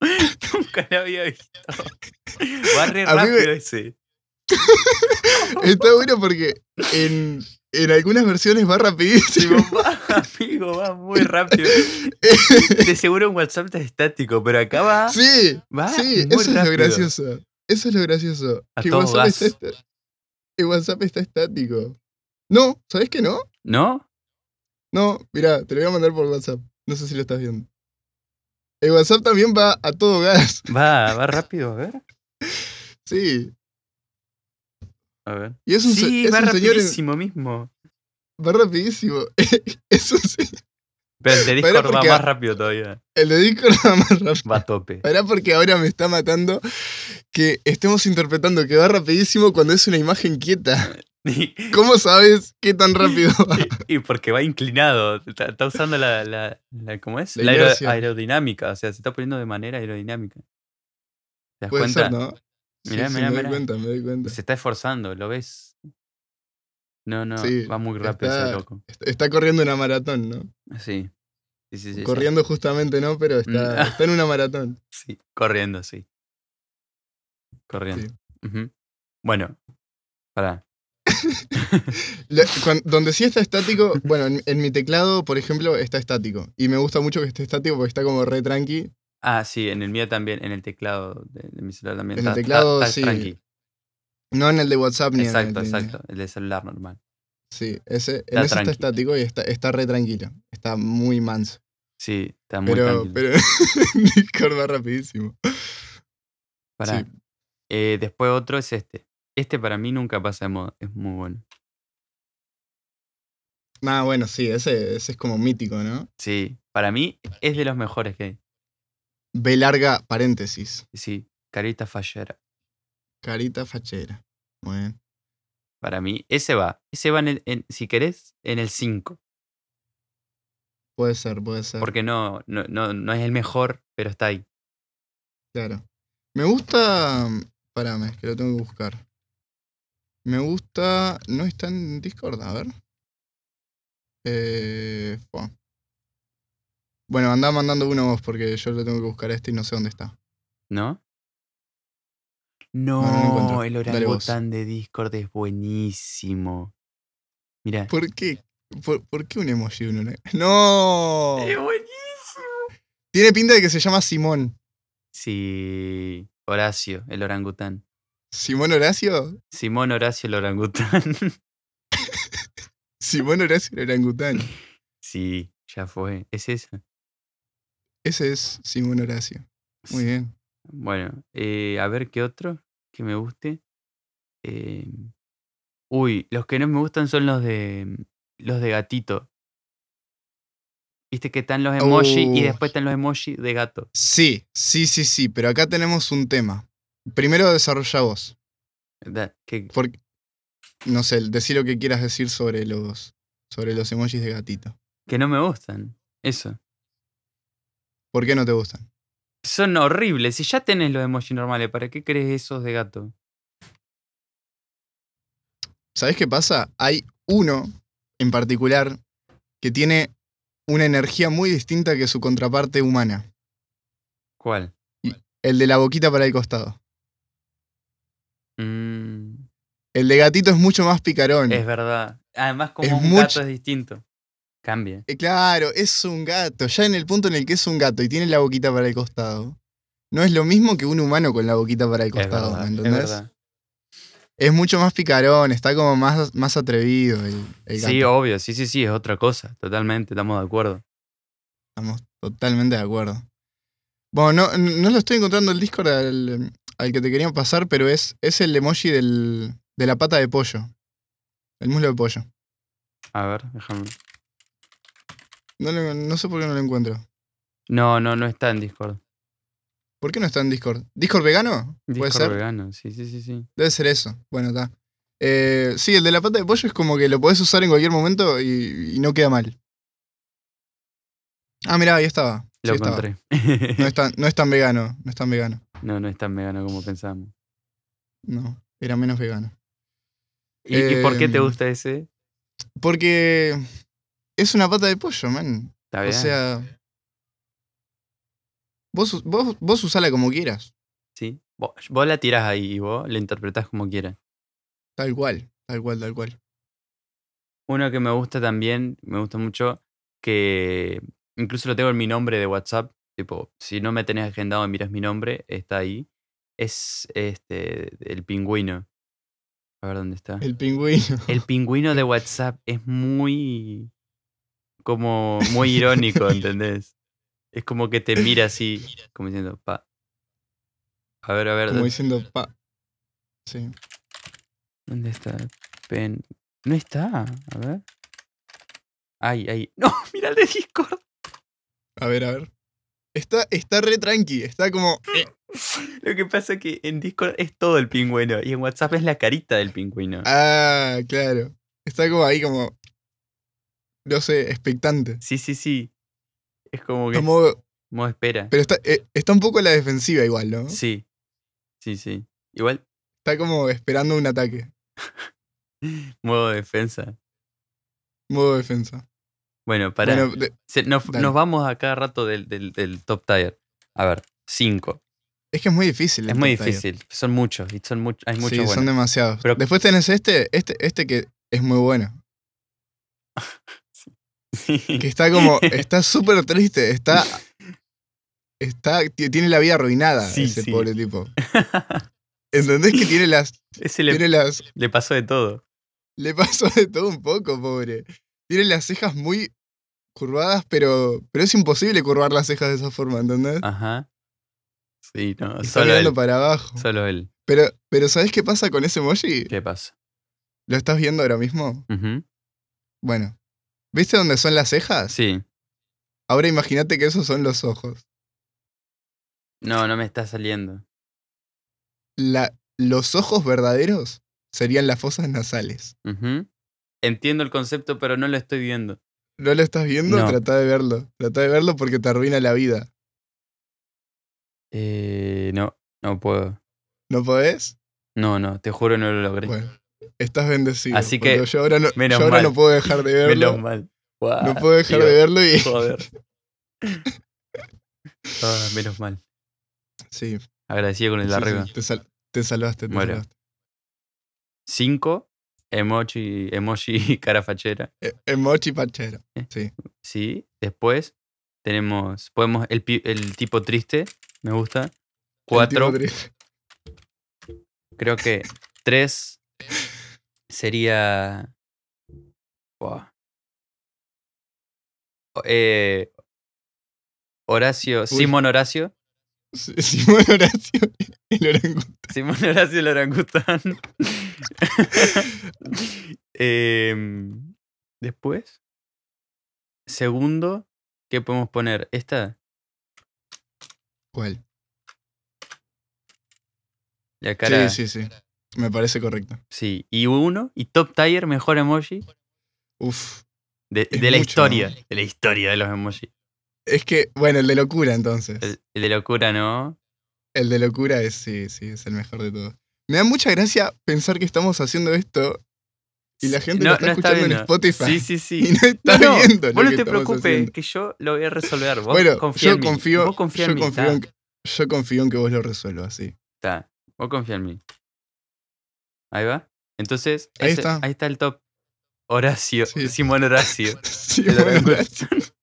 Speaker 2: Nunca lo había visto. Va re
Speaker 1: A mí me-
Speaker 2: rápido ese.
Speaker 1: Está bueno porque en, en algunas versiones va
Speaker 2: Tipo,
Speaker 1: rapidísimo.
Speaker 2: va, amigo, va muy rápido. De seguro en WhatsApp está estático, pero acá va.
Speaker 1: Sí,
Speaker 2: Va
Speaker 1: sí,
Speaker 2: muy
Speaker 1: eso es lo
Speaker 2: rápido.
Speaker 1: gracioso. Eso es lo gracioso.
Speaker 2: A
Speaker 1: que
Speaker 2: todo
Speaker 1: WhatsApp
Speaker 2: gas.
Speaker 1: está est- que WhatsApp está estático. No, ¿sabés que no?
Speaker 2: ¿No?
Speaker 1: No, mirá, te lo voy a mandar por WhatsApp. No sé si lo estás viendo. El WhatsApp también va a todo gas.
Speaker 2: Va, va rápido, a ver.
Speaker 1: Sí.
Speaker 2: A ver.
Speaker 1: Y es un, se-
Speaker 2: Sí,
Speaker 1: es
Speaker 2: va
Speaker 1: un señor. en-
Speaker 2: rapidísimo mismo.
Speaker 1: va rapidísimo. es un se-
Speaker 2: Pero el de
Speaker 1: Pará,
Speaker 2: Discord va
Speaker 1: porque-
Speaker 2: más rápido todavía.
Speaker 1: El de Discord va más rápido.
Speaker 2: Va a tope.
Speaker 1: Pará, porque ahora me está matando que estemos interpretando que va rapidísimo cuando es una imagen quieta.
Speaker 2: Y,
Speaker 1: ¿Cómo sabes qué tan rápido va?
Speaker 2: y porque va inclinado. Está, está usando la, la, la- ¿Cómo es?
Speaker 1: La
Speaker 2: La aero-
Speaker 1: inercia.
Speaker 2: aerodinámica. O sea, se está poniendo de manera aerodinámica. ¿Te das
Speaker 1: Puede ser,
Speaker 2: cuenta?
Speaker 1: ¿no?
Speaker 2: Mirá,
Speaker 1: sí,
Speaker 2: mirá,
Speaker 1: me
Speaker 2: mirá.
Speaker 1: doy cuenta, me doy cuenta.
Speaker 2: Se está esforzando, ¿lo ves? No, no,
Speaker 1: Sí,
Speaker 2: va muy rápido
Speaker 1: está-
Speaker 2: ese loco.
Speaker 1: Está- Está corriendo una maratón, ¿no?
Speaker 2: Sí. Sí, sí, sí, sí.
Speaker 1: corriendo justamente, ¿no? Pero está,
Speaker 2: Mm.
Speaker 1: está en una maratón.
Speaker 2: Sí, corriendo, sí. Corriendo.
Speaker 1: Sí.
Speaker 2: Ujú. Bueno, pará.
Speaker 1: La- cuan- donde sí está estático, bueno, en, en mi teclado, por ejemplo, está estático. Y me gusta mucho que esté estático porque está como re tranqui.
Speaker 2: Ah, sí, en el mío también, en el teclado de, de mi celular también.
Speaker 1: En el
Speaker 2: Ta- ta-
Speaker 1: teclado,
Speaker 2: ta-
Speaker 1: sí,
Speaker 2: tranqui.
Speaker 1: No en el de WhatsApp ni en el
Speaker 2: Exacto,
Speaker 1: de-
Speaker 2: exacto. El de celular normal.
Speaker 1: Sí, ese, en
Speaker 2: Está
Speaker 1: ese está
Speaker 2: tranqui.
Speaker 1: estático y está, está re tranquilo. Está muy manso.
Speaker 2: Sí, está muy
Speaker 1: Pero,
Speaker 2: tranquilo.
Speaker 1: pero Discord va rapidísimo.
Speaker 2: Pará.
Speaker 1: sí.
Speaker 2: Eh, después otro es este. Este para mí nunca pasa de moda. Es muy bueno.
Speaker 1: Nah, Ah, bueno, sí, ese, ese es como mítico, ¿no?
Speaker 2: Sí, para mí es de los mejores que hay.
Speaker 1: B larga paréntesis.
Speaker 2: Sí, carita fallera.
Speaker 1: Carita fachera. Muy bien.
Speaker 2: Para mí, ese va. Ese va en el, en- si querés, en el 5.
Speaker 1: Puede ser, puede ser.
Speaker 2: Porque no, no, no, no es el mejor, pero está ahí.
Speaker 1: Claro. Me gusta. Parame, es que lo tengo que buscar. Me gusta. No está en Discord, a ver. Eh, fua. Bueno, andá mandando uno vos porque yo lo tengo que buscar a este y no sé dónde está.
Speaker 2: ¿No?
Speaker 1: no lo
Speaker 2: No,
Speaker 1: encuentro.
Speaker 2: el
Speaker 1: Dale vos.
Speaker 2: orangután de Discord es buenísimo. Mira.
Speaker 1: ¿Por qué? ¿Por, por qué un emoji? de Un... ¡No!
Speaker 2: buenísimo!
Speaker 1: Tiene pinta de que se llama Simón.
Speaker 2: Sí, Horacio, el orangután.
Speaker 1: ¿Simón Horacio?
Speaker 2: Simón Horacio, el orangután.
Speaker 1: Simón Horacio el orangután.
Speaker 2: sí, ya fue. Es eso.
Speaker 1: Ese es Simón Horacio. Muy bien.
Speaker 2: Bueno, eh, a ver qué otro que me guste. Eh, Uy, los que no me gustan son los de. los de gatito. Viste que están los emoji y
Speaker 1: Uy.
Speaker 2: después están los emoji de gato.
Speaker 1: Sí, sí, sí, sí, pero acá tenemos un tema. Primero desarrolla vos.
Speaker 2: Da- que-
Speaker 1: Porque, no sé, decí lo que quieras decir sobre los, sobre los emojis de gatito.
Speaker 2: que no me gustan. Eso.
Speaker 1: ¿Por qué no te gustan?
Speaker 2: Son horribles. Si ya tenés los emojis normales, ¿para qué crees esos de gato?
Speaker 1: ¿Sabés qué pasa? Hay uno en particular que tiene una energía muy distinta que su contraparte humana.
Speaker 2: ¿Cuál?
Speaker 1: El de la boquita para el costado.
Speaker 2: Mm,
Speaker 1: El de gatito es mucho más picarón.
Speaker 2: es verdad. Además, como
Speaker 1: Es
Speaker 2: un
Speaker 1: mucho-
Speaker 2: gato es distinto. Cambia.
Speaker 1: Eh, Claro, es un gato. Ya en el punto en el que es un gato y tiene la boquita para el costado. No es lo mismo que un humano con la boquita para el
Speaker 2: Es
Speaker 1: costado,
Speaker 2: verdad,
Speaker 1: ¿me
Speaker 2: es
Speaker 1: entendés?
Speaker 2: verdad.
Speaker 1: Es mucho más picarón, está como más, más atrevido el, el gato.
Speaker 2: Sí, obvio, sí, sí, sí, es otra cosa, totalmente, estamos de acuerdo.
Speaker 1: Estamos totalmente de acuerdo. Bueno, no, no lo estoy encontrando el Discord al, al que te quería pasar, pero es, es el emoji del, de la pata de pollo. El muslo de pollo.
Speaker 2: A ver, déjame.
Speaker 1: No, lo- no sé por qué no lo encuentro.
Speaker 2: No, no, no está en Discord.
Speaker 1: ¿Por qué no está en Discord? ¿Discord vegano? ¿Puede
Speaker 2: Discord
Speaker 1: ser?
Speaker 2: vegano, sí, sí, sí, sí.
Speaker 1: Debe ser eso. Bueno, está. Eh, sí, el de la pata de pollo es como que lo podés usar en cualquier momento y, y no queda mal. Ah, mirá, ahí estaba.
Speaker 2: Lo
Speaker 1: Sí, estaba.
Speaker 2: encontré.
Speaker 1: No es, tan, no es tan vegano, no es tan vegano.
Speaker 2: no, no es tan vegano como pensábamos.
Speaker 1: No, era menos vegano.
Speaker 2: ¿Y, y por qué te
Speaker 1: Em,
Speaker 2: gusta ese?
Speaker 1: Porque es una pata de pollo, man.
Speaker 2: Está
Speaker 1: O
Speaker 2: bien.
Speaker 1: sea. Vos, us- vos, vos usala como quieras.
Speaker 2: sí. Vos, vos la tirás ahí y vos la interpretás como quieras.
Speaker 1: Tal cual, tal cual, tal cual.
Speaker 2: Uno que me gusta también, me gusta mucho, que incluso lo tengo en mi nombre de WhatsApp. Tipo, si no me tenés agendado y miras mi nombre, está ahí. Es este, el pingüino. A ver dónde está.
Speaker 1: El pingüino.
Speaker 2: El pingüino de WhatsApp es muy. como. muy irónico, ¿entendés? Es como que te mira así, como diciendo, pa. A ver, a ver,
Speaker 1: Como
Speaker 2: ¿dó-
Speaker 1: diciendo pa. Sí.
Speaker 2: ¿dónde está? Pen. No está, a ver. Ay, ay. No, mira el de Discord.
Speaker 1: A ver, a ver. Está, está re tranqui, está como. eh,
Speaker 2: Lo que pasa es que en Discord es todo el pingüino y en WhatsApp es la carita del pingüino.
Speaker 1: ah, claro. Está como ahí, como. No sé, expectante.
Speaker 2: Sí, sí, sí. Es como que.
Speaker 1: Está modo-
Speaker 2: modo espera.
Speaker 1: pero está, eh, está un poco a la defensiva igual, ¿no?
Speaker 2: Sí. Sí, sí. Igual,
Speaker 1: Está como esperando un ataque.
Speaker 2: modo defensa.
Speaker 1: Modo defensa.
Speaker 2: Bueno, para.
Speaker 1: Bueno, de-
Speaker 2: Se- nos,
Speaker 1: Dale.
Speaker 2: nos vamos a cada rato del, del- del top tier. A ver, cinco.
Speaker 1: es que es muy difícil. el
Speaker 2: Es muy
Speaker 1: top tier.
Speaker 2: difícil. Son muchos. Y son much- hay muchos
Speaker 1: sí,
Speaker 2: buenos.
Speaker 1: son demasiados.
Speaker 2: Pero-
Speaker 1: Después tenés este, este, este que es muy bueno.
Speaker 2: Sí.
Speaker 1: Que está como, está súper triste, está, está, ti- tiene la vida arruinada
Speaker 2: Sí,
Speaker 1: ese
Speaker 2: sí.
Speaker 1: pobre tipo. ¿Entendés que tiene las,
Speaker 2: Ese le,
Speaker 1: tiene las,
Speaker 2: le pasó de todo.
Speaker 1: le pasó de todo un poco, pobre. Tiene las cejas muy curvadas, pero, pero es imposible curvar las cejas de esa forma, ¿entendés?
Speaker 2: Ajá. Sí, no.
Speaker 1: está
Speaker 2: Ah, Solo
Speaker 1: mirando
Speaker 2: él.
Speaker 1: para abajo.
Speaker 2: Solo él.
Speaker 1: Pero, pero ¿sabés qué pasa con ese emoji?
Speaker 2: ¿Qué pasa?
Speaker 1: ¿Lo estás viendo ahora mismo?
Speaker 2: Ujú.
Speaker 1: Bueno. ¿Viste dónde son las cejas?
Speaker 2: Sí.
Speaker 1: Ahora imagínate que esos son los ojos.
Speaker 2: No, no me está saliendo.
Speaker 1: La- los ojos verdaderos serían las fosas nasales.
Speaker 2: Ujú. Entiendo el concepto, pero no lo estoy viendo.
Speaker 1: ¿No lo estás viendo?
Speaker 2: No.
Speaker 1: Trata de verlo. Trata de verlo porque te arruina la vida.
Speaker 2: Eh, no, no puedo.
Speaker 1: ¿No podés?
Speaker 2: No, no, te juro no lo logré.
Speaker 1: Bueno, estás bendecido.
Speaker 2: Así
Speaker 1: porque
Speaker 2: que,
Speaker 1: yo ahora no,
Speaker 2: menos
Speaker 1: yo ahora
Speaker 2: mal.
Speaker 1: no puedo dejar de verlo.
Speaker 2: Menos mal.
Speaker 1: No
Speaker 2: Guau,
Speaker 1: puedo dejar
Speaker 2: tío.
Speaker 1: de verlo y...
Speaker 2: Joder. Ah, menos mal.
Speaker 1: Sí,
Speaker 2: Agradecido con el de
Speaker 1: sí,
Speaker 2: arriba.
Speaker 1: sí, te, sal- te salvaste, te
Speaker 2: Bueno.
Speaker 1: salvaste.
Speaker 2: Cinco, emoji, emoji cara fachera.
Speaker 1: E- Emoji pachero.
Speaker 2: Sí. Después tenemos, podemos, el, pi- el tipo triste, me gusta. Cuatro,
Speaker 1: El tipo tri-
Speaker 2: creo que tres sería... Buah. Eh, Horacio,
Speaker 1: Uy.
Speaker 2: Simón Horacio.
Speaker 1: Simón Horacio, el orangután.
Speaker 2: Simón Horacio el orangután. Eh, después, segundo, ¿qué podemos poner? Esta,
Speaker 1: ¿Cuál?
Speaker 2: la cara. Sí,
Speaker 1: Sí, sí, sí. Me parece correcto.
Speaker 2: Y uno, y Top Tier, mejor emoji
Speaker 1: Uf.
Speaker 2: de,
Speaker 1: Es
Speaker 2: de la
Speaker 1: mucho,
Speaker 2: historia.
Speaker 1: ¿no?
Speaker 2: De la historia de los emojis.
Speaker 1: Es que, bueno, el de locura entonces.
Speaker 2: El, el de locura, ¿no?
Speaker 1: El de locura es, sí, sí, es el mejor de todos. Me da mucha gracia pensar que estamos haciendo esto y la gente lo está escuchando en
Speaker 2: viendo.
Speaker 1: Spotify.
Speaker 2: Sí, sí,
Speaker 1: Y
Speaker 2: sí.
Speaker 1: no está
Speaker 2: No, no,
Speaker 1: viendo lo
Speaker 2: Vos no
Speaker 1: que
Speaker 2: te
Speaker 1: estamos
Speaker 2: preocupes,
Speaker 1: haciendo.
Speaker 2: que yo lo voy a resolver. Vos
Speaker 1: Bueno,
Speaker 2: confía
Speaker 1: yo
Speaker 2: en mí.
Speaker 1: confío,
Speaker 2: Vos confía
Speaker 1: yo
Speaker 2: en mí.
Speaker 1: confío
Speaker 2: ta,
Speaker 1: en que- yo confío en que vos lo resuelvas, sí.
Speaker 2: ta. Vos confía en mí. Ahí va. Entonces,
Speaker 1: Ahí
Speaker 2: ese-
Speaker 1: está.
Speaker 2: ahí está el top. Horacio,
Speaker 1: Sí.
Speaker 2: Simón Horacio.
Speaker 1: Sí,
Speaker 2: El
Speaker 1: bueno,
Speaker 2: orangután.
Speaker 1: gracias.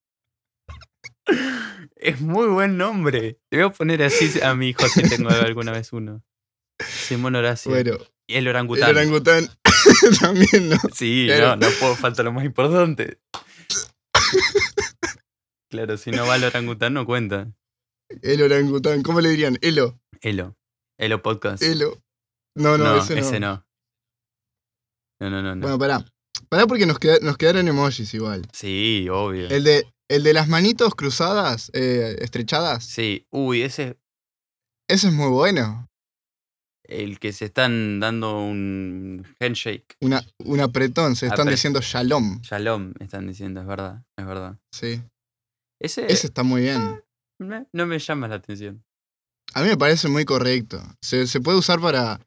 Speaker 2: Es muy buen nombre. Te voy a poner así a mi hijo si tengo alguna vez uno. Simón Horacio.
Speaker 1: Bueno,
Speaker 2: y
Speaker 1: el
Speaker 2: el orangután.
Speaker 1: orangután también, ¿no?
Speaker 2: Sí,
Speaker 1: Claro.
Speaker 2: no, no puedo faltar lo más importante. claro, si no va el orangután no cuenta.
Speaker 1: El orangután, ¿cómo le dirían? Elo,
Speaker 2: Elo. Elo Podcast.
Speaker 1: Elo. No, no,
Speaker 2: no,
Speaker 1: ese no.
Speaker 2: no. No, no, no. no.
Speaker 1: Bueno, pará. Pará porque nos, queda- nos quedaron emojis igual.
Speaker 2: sí, obvio.
Speaker 1: El de, el de las manitos cruzadas, eh, estrechadas,
Speaker 2: Sí, uy, ese es
Speaker 1: ese es muy bueno.
Speaker 2: el que se están dando un handshake.
Speaker 1: Una, un apretón, se están
Speaker 2: Apre-
Speaker 1: diciendo shalom.
Speaker 2: Shalom, están diciendo, es verdad, es verdad.
Speaker 1: Sí.
Speaker 2: Ese,
Speaker 1: Ese está muy bien.
Speaker 2: me- no me llama la atención.
Speaker 1: A mí me parece muy correcto. Se, se puede usar para,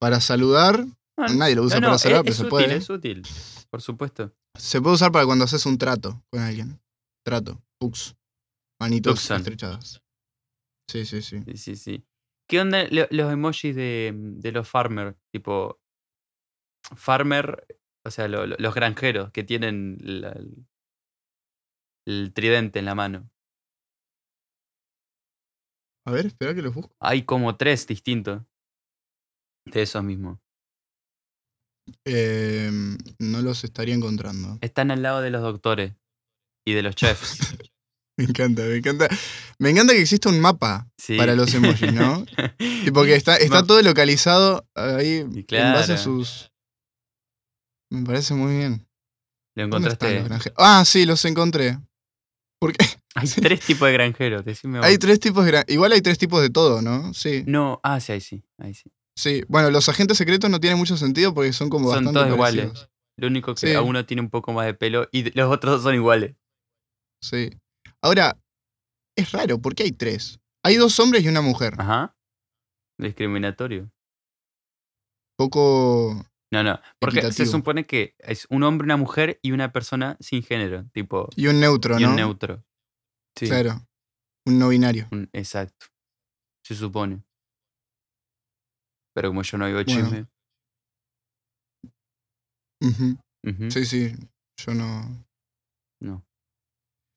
Speaker 1: para saludar.
Speaker 2: No, no,
Speaker 1: Nadie lo usa
Speaker 2: Ah, no,
Speaker 1: para
Speaker 2: es,
Speaker 1: saludar, pero
Speaker 2: es
Speaker 1: se
Speaker 2: útil,
Speaker 1: puede. ¿eh?
Speaker 2: es útil, por supuesto.
Speaker 1: Se puede usar para cuando haces un trato con alguien. Trato. Pux. Manitos
Speaker 2: Puxan.
Speaker 1: estrechadas. Sí, sí, sí.
Speaker 2: Sí, sí, sí. ¿Qué onda lo- los emojis de, de los farmer? Tipo, farmer, o sea, lo- lo- los granjeros que tienen la- el- el tridente en la mano.
Speaker 1: A ver, espera que los busco.
Speaker 2: Hay como tres distintos de esos mismos.
Speaker 1: Eh, no los estaría encontrando.
Speaker 2: Están al lado de los doctores y de los chefs.
Speaker 1: Me encanta, me encanta. Me encanta que exista un mapa
Speaker 2: Sí.
Speaker 1: para los emojis, ¿no? Tipo que está, está
Speaker 2: Ma-
Speaker 1: todo localizado ahí
Speaker 2: Y
Speaker 1: en base a
Speaker 2: claro.
Speaker 1: sus. Me parece muy bien.
Speaker 2: Lo
Speaker 1: ¿Dónde están
Speaker 2: encontraste.
Speaker 1: los granjeros? Ah, sí, los encontré. Porque
Speaker 2: Hay tres tipos de granjeros, decime vos.
Speaker 1: hay tres tipos de gran- Igual hay tres tipos de todo, ¿no? Sí.
Speaker 2: No, ah, sí, ahí sí, ahí sí.
Speaker 1: Sí. Bueno, los agentes secretos no tienen mucho sentido porque son como
Speaker 2: Son
Speaker 1: bastante
Speaker 2: todos iguales.
Speaker 1: parecidos.
Speaker 2: Lo único que
Speaker 1: Sí.
Speaker 2: a uno tiene un poco más de pelo y de- los otros dos son iguales.
Speaker 1: Sí. Ahora, es raro, ¿por qué hay tres? Hay dos hombres y una mujer.
Speaker 2: Ajá. Discriminatorio.
Speaker 1: Poco.
Speaker 2: No, no. Porque se
Speaker 1: Equitativo.
Speaker 2: supone que es un hombre, una mujer y una persona sin género. Tipo,
Speaker 1: Y un neutro,
Speaker 2: y
Speaker 1: ¿no?
Speaker 2: un neutro. Sí.
Speaker 1: Claro. Un no binario.
Speaker 2: Un- exacto. Se supone. Pero como yo no vivo
Speaker 1: Bueno.
Speaker 2: chisme.
Speaker 1: Ujú.
Speaker 2: ujú,
Speaker 1: Sí, sí. Yo no.
Speaker 2: No.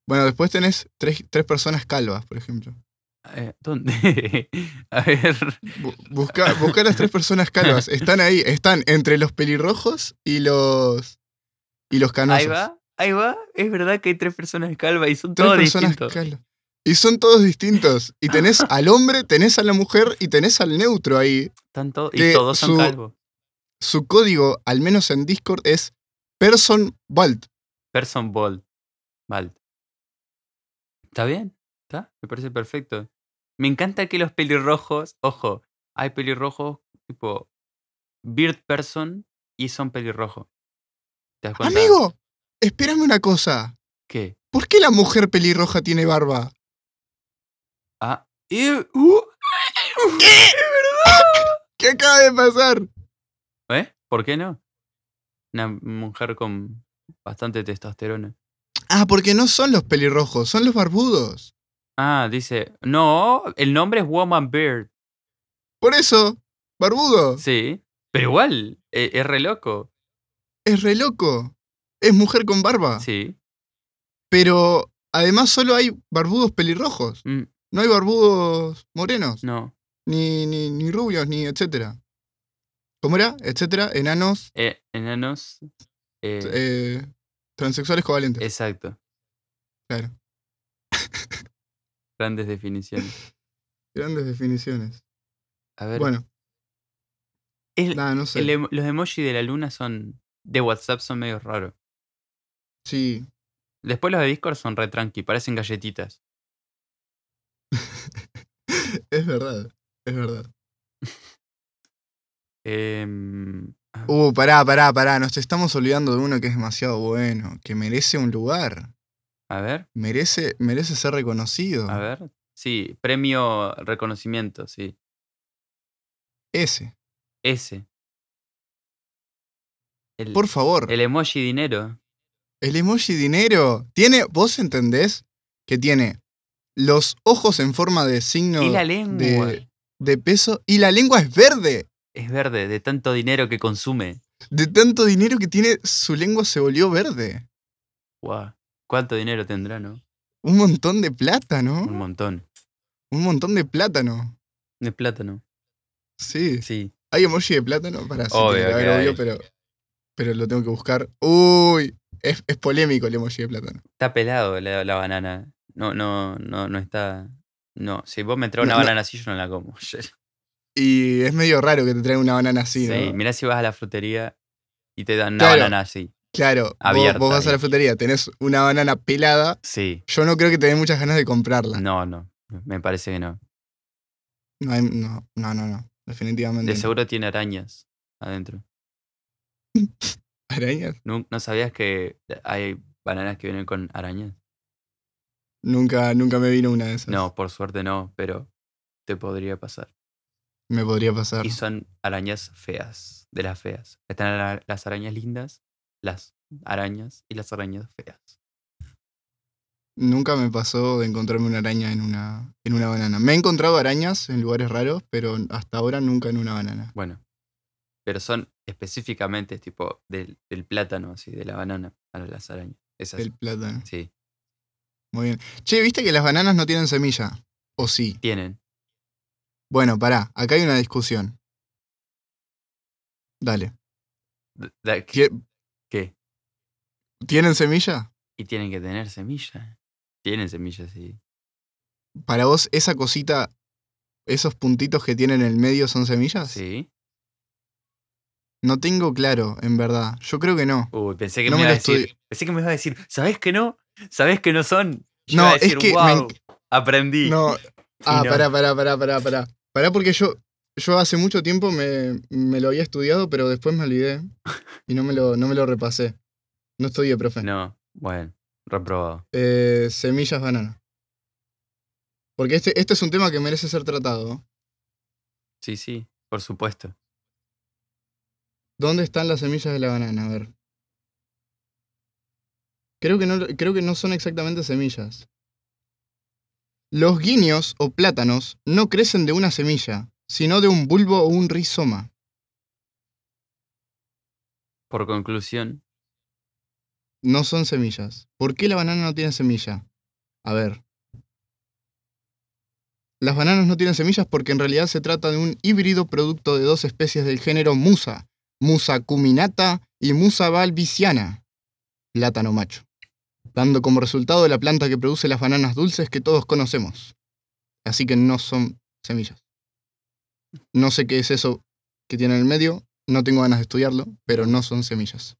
Speaker 1: Bueno, después tenés tres, tres personas calvas, por ejemplo.
Speaker 2: Eh, ¿Dónde? A ver.
Speaker 1: Bu- Busca, busca a las tres personas calvas. Están ahí, están entre los pelirrojos y los. y los canosos.
Speaker 2: Ahí va. Ahí va. Es verdad que hay tres personas calvas y son
Speaker 1: Tres
Speaker 2: todos
Speaker 1: personas
Speaker 2: distintos.
Speaker 1: calvas. Y son todos distintos. Y tenés al hombre, tenés a la mujer y tenés al neutro ahí.
Speaker 2: Están to- y
Speaker 1: que
Speaker 2: todos son
Speaker 1: su-
Speaker 2: calvos.
Speaker 1: Su código, al menos en Discord, es Person Vault.
Speaker 2: Person Bold. Bald. ¿Está bien? ¿Está? Me parece perfecto. Me encanta que los pelirrojos. Ojo, hay pelirrojos tipo. Beard Person y son pelirrojos. ¿Te das cuenta?
Speaker 1: Amigo, espérame una cosa.
Speaker 2: ¿Qué?
Speaker 1: ¿Por qué la mujer pelirroja tiene barba?
Speaker 2: Ah. y- uh,
Speaker 1: ¿Qué acaba de pasar?
Speaker 2: ¿Eh? ¿Por qué no? Una mujer con bastante testosterona.
Speaker 1: Ah, porque no son los pelirrojos, son los barbudos.
Speaker 2: Ah, dice. No, el nombre es Woman Beard.
Speaker 1: Por eso, barbudo,
Speaker 2: Sí. Pero igual, e- es re loco.
Speaker 1: es re loco. Es mujer con barba.
Speaker 2: Sí.
Speaker 1: Pero además solo hay barbudos pelirrojos.
Speaker 2: Mm,
Speaker 1: No hay barbudos morenos,
Speaker 2: no.
Speaker 1: ni, ni, ni rubios, ni etcétera. ¿Cómo era? Etcétera, enanos,
Speaker 2: Eh, enanos. eh,
Speaker 1: eh, transexuales covalentes.
Speaker 2: Exacto.
Speaker 1: Claro.
Speaker 2: Grandes definiciones.
Speaker 1: Grandes definiciones.
Speaker 2: A ver.
Speaker 1: Bueno,
Speaker 2: Es-
Speaker 1: nada, no sé.
Speaker 2: el em- los emojis de la luna son. de WhatsApp son medio raros.
Speaker 1: Sí,
Speaker 2: Después los de Discord son re tranqui, parecen galletitas.
Speaker 1: es verdad. Es verdad.
Speaker 2: Em, a ver,
Speaker 1: Uh, pará, pará, pará. Nos estamos olvidando de uno que es demasiado bueno, que merece un lugar.
Speaker 2: a ver,
Speaker 1: Merece, merece ser reconocido.
Speaker 2: a ver. Sí, premio reconocimiento, sí.
Speaker 1: Ese.
Speaker 2: Ese. El,
Speaker 1: Por favor.
Speaker 2: el emoji dinero.
Speaker 1: El emoji dinero tiene, vos entendés que tiene los ojos en forma de signo
Speaker 2: y la lengua.
Speaker 1: de- de peso y la lengua es verde.
Speaker 2: Es verde, de tanto dinero que consume.
Speaker 1: De tanto dinero que tiene, su lengua se volvió verde.
Speaker 2: Guau, ¿Cuánto dinero tendrá, no?
Speaker 1: Un montón de plátano.
Speaker 2: Un montón.
Speaker 1: Un montón de plátano.
Speaker 2: De plátano.
Speaker 1: Sí.
Speaker 2: Sí.
Speaker 1: ¿Hay emoji de plátano? Para
Speaker 2: Obvio que hay.
Speaker 1: pero, pero lo tengo que buscar. Uy, es, es polémico el emoji de plátano.
Speaker 2: Está pelado la, la banana. No, no, no, no está. No, si vos me traes
Speaker 1: No,
Speaker 2: una
Speaker 1: no.
Speaker 2: banana así, yo no la como. Sí,
Speaker 1: Y es medio raro que te traigan una banana así, ¿no?
Speaker 2: Mirá si vas a la frutería y te dan una
Speaker 1: Claro.
Speaker 2: banana así.
Speaker 1: Claro, vos-
Speaker 2: Abierta,
Speaker 1: vos, vas a la
Speaker 2: digamos.
Speaker 1: frutería, tenés una banana pelada.
Speaker 2: Sí.
Speaker 1: Yo no creo que te den muchas ganas de comprarla. No,
Speaker 2: No, no. Me parece que no.
Speaker 1: hay- no, no, no, no, Definitivamente.
Speaker 2: De
Speaker 1: no.
Speaker 2: seguro tiene arañas adentro.
Speaker 1: ¿Arañas?
Speaker 2: ¿No, no sabías que hay bananas que vienen con arañas?
Speaker 1: Nunca, nunca me vino una de esas.
Speaker 2: No, por suerte no, pero te podría pasar.
Speaker 1: Me podría pasar.
Speaker 2: Y son arañas feas, de las feas. Están la- las arañas lindas, las arañas y las arañas feas.
Speaker 1: Nunca me pasó de encontrarme una araña en una, en una banana. Me he encontrado arañas en lugares raros, pero hasta ahora nunca en una banana.
Speaker 2: Bueno, pero son específicamente tipo del, del plátano, así, de la banana a las arañas. Esas,
Speaker 1: El plátano.
Speaker 2: sí,
Speaker 1: Muy bien. Che, ¿viste que las bananas no tienen semilla? ¿O sí?
Speaker 2: tienen.
Speaker 1: Bueno, pará, acá hay una discusión. Dale.
Speaker 2: D- da- ¿Qué?
Speaker 1: ¿Qué-
Speaker 2: qué?
Speaker 1: ¿Tienen semilla?
Speaker 2: Y tienen que tener semilla. Tienen semillas, sí.
Speaker 1: Para vos, esa cosita, esos puntitos que tienen en el medio son semillas?
Speaker 2: Sí.
Speaker 1: No tengo claro, en verdad. Yo creo que no.
Speaker 2: Uy, pensé que
Speaker 1: No
Speaker 2: me,
Speaker 1: me
Speaker 2: iba a
Speaker 1: lo
Speaker 2: decir.
Speaker 1: estoy-
Speaker 2: Pensé que me iba a decir, ¿sabés que no? ¿Sabés que no son? Yo
Speaker 1: No,
Speaker 2: iba a
Speaker 1: es
Speaker 2: decir,
Speaker 1: que me
Speaker 2: wow,
Speaker 1: enc-
Speaker 2: aprendí.
Speaker 1: No. Ah,
Speaker 2: no.
Speaker 1: pará, pará, pará, pará, pará. Pará porque yo, yo hace mucho tiempo me, me lo había estudiado, pero después me olvidé. Y no me lo, no me lo repasé. No estudié, profe.
Speaker 2: No, bueno, reprobado.
Speaker 1: Eh, semillas banana. Porque este, este es un tema que merece ser tratado.
Speaker 2: Sí, sí, por supuesto.
Speaker 1: ¿Dónde están las semillas de la banana? A ver. Creo que no, creo que no son exactamente semillas. Los guineos o plátanos no crecen de una semilla, sino de un bulbo o un rizoma.
Speaker 2: Por conclusión,
Speaker 1: No son semillas. ¿Por qué la banana no tiene semilla? A ver. Las bananas no tienen semillas porque en realidad se trata de un híbrido producto de dos especies del género Musa, Musa cuminata y Musa balbiciana, plátano macho, dando como resultado la planta que produce las bananas dulces que todos conocemos. Así que no son semillas. No sé qué es eso que tiene en el medio, no tengo ganas de estudiarlo, pero no son semillas.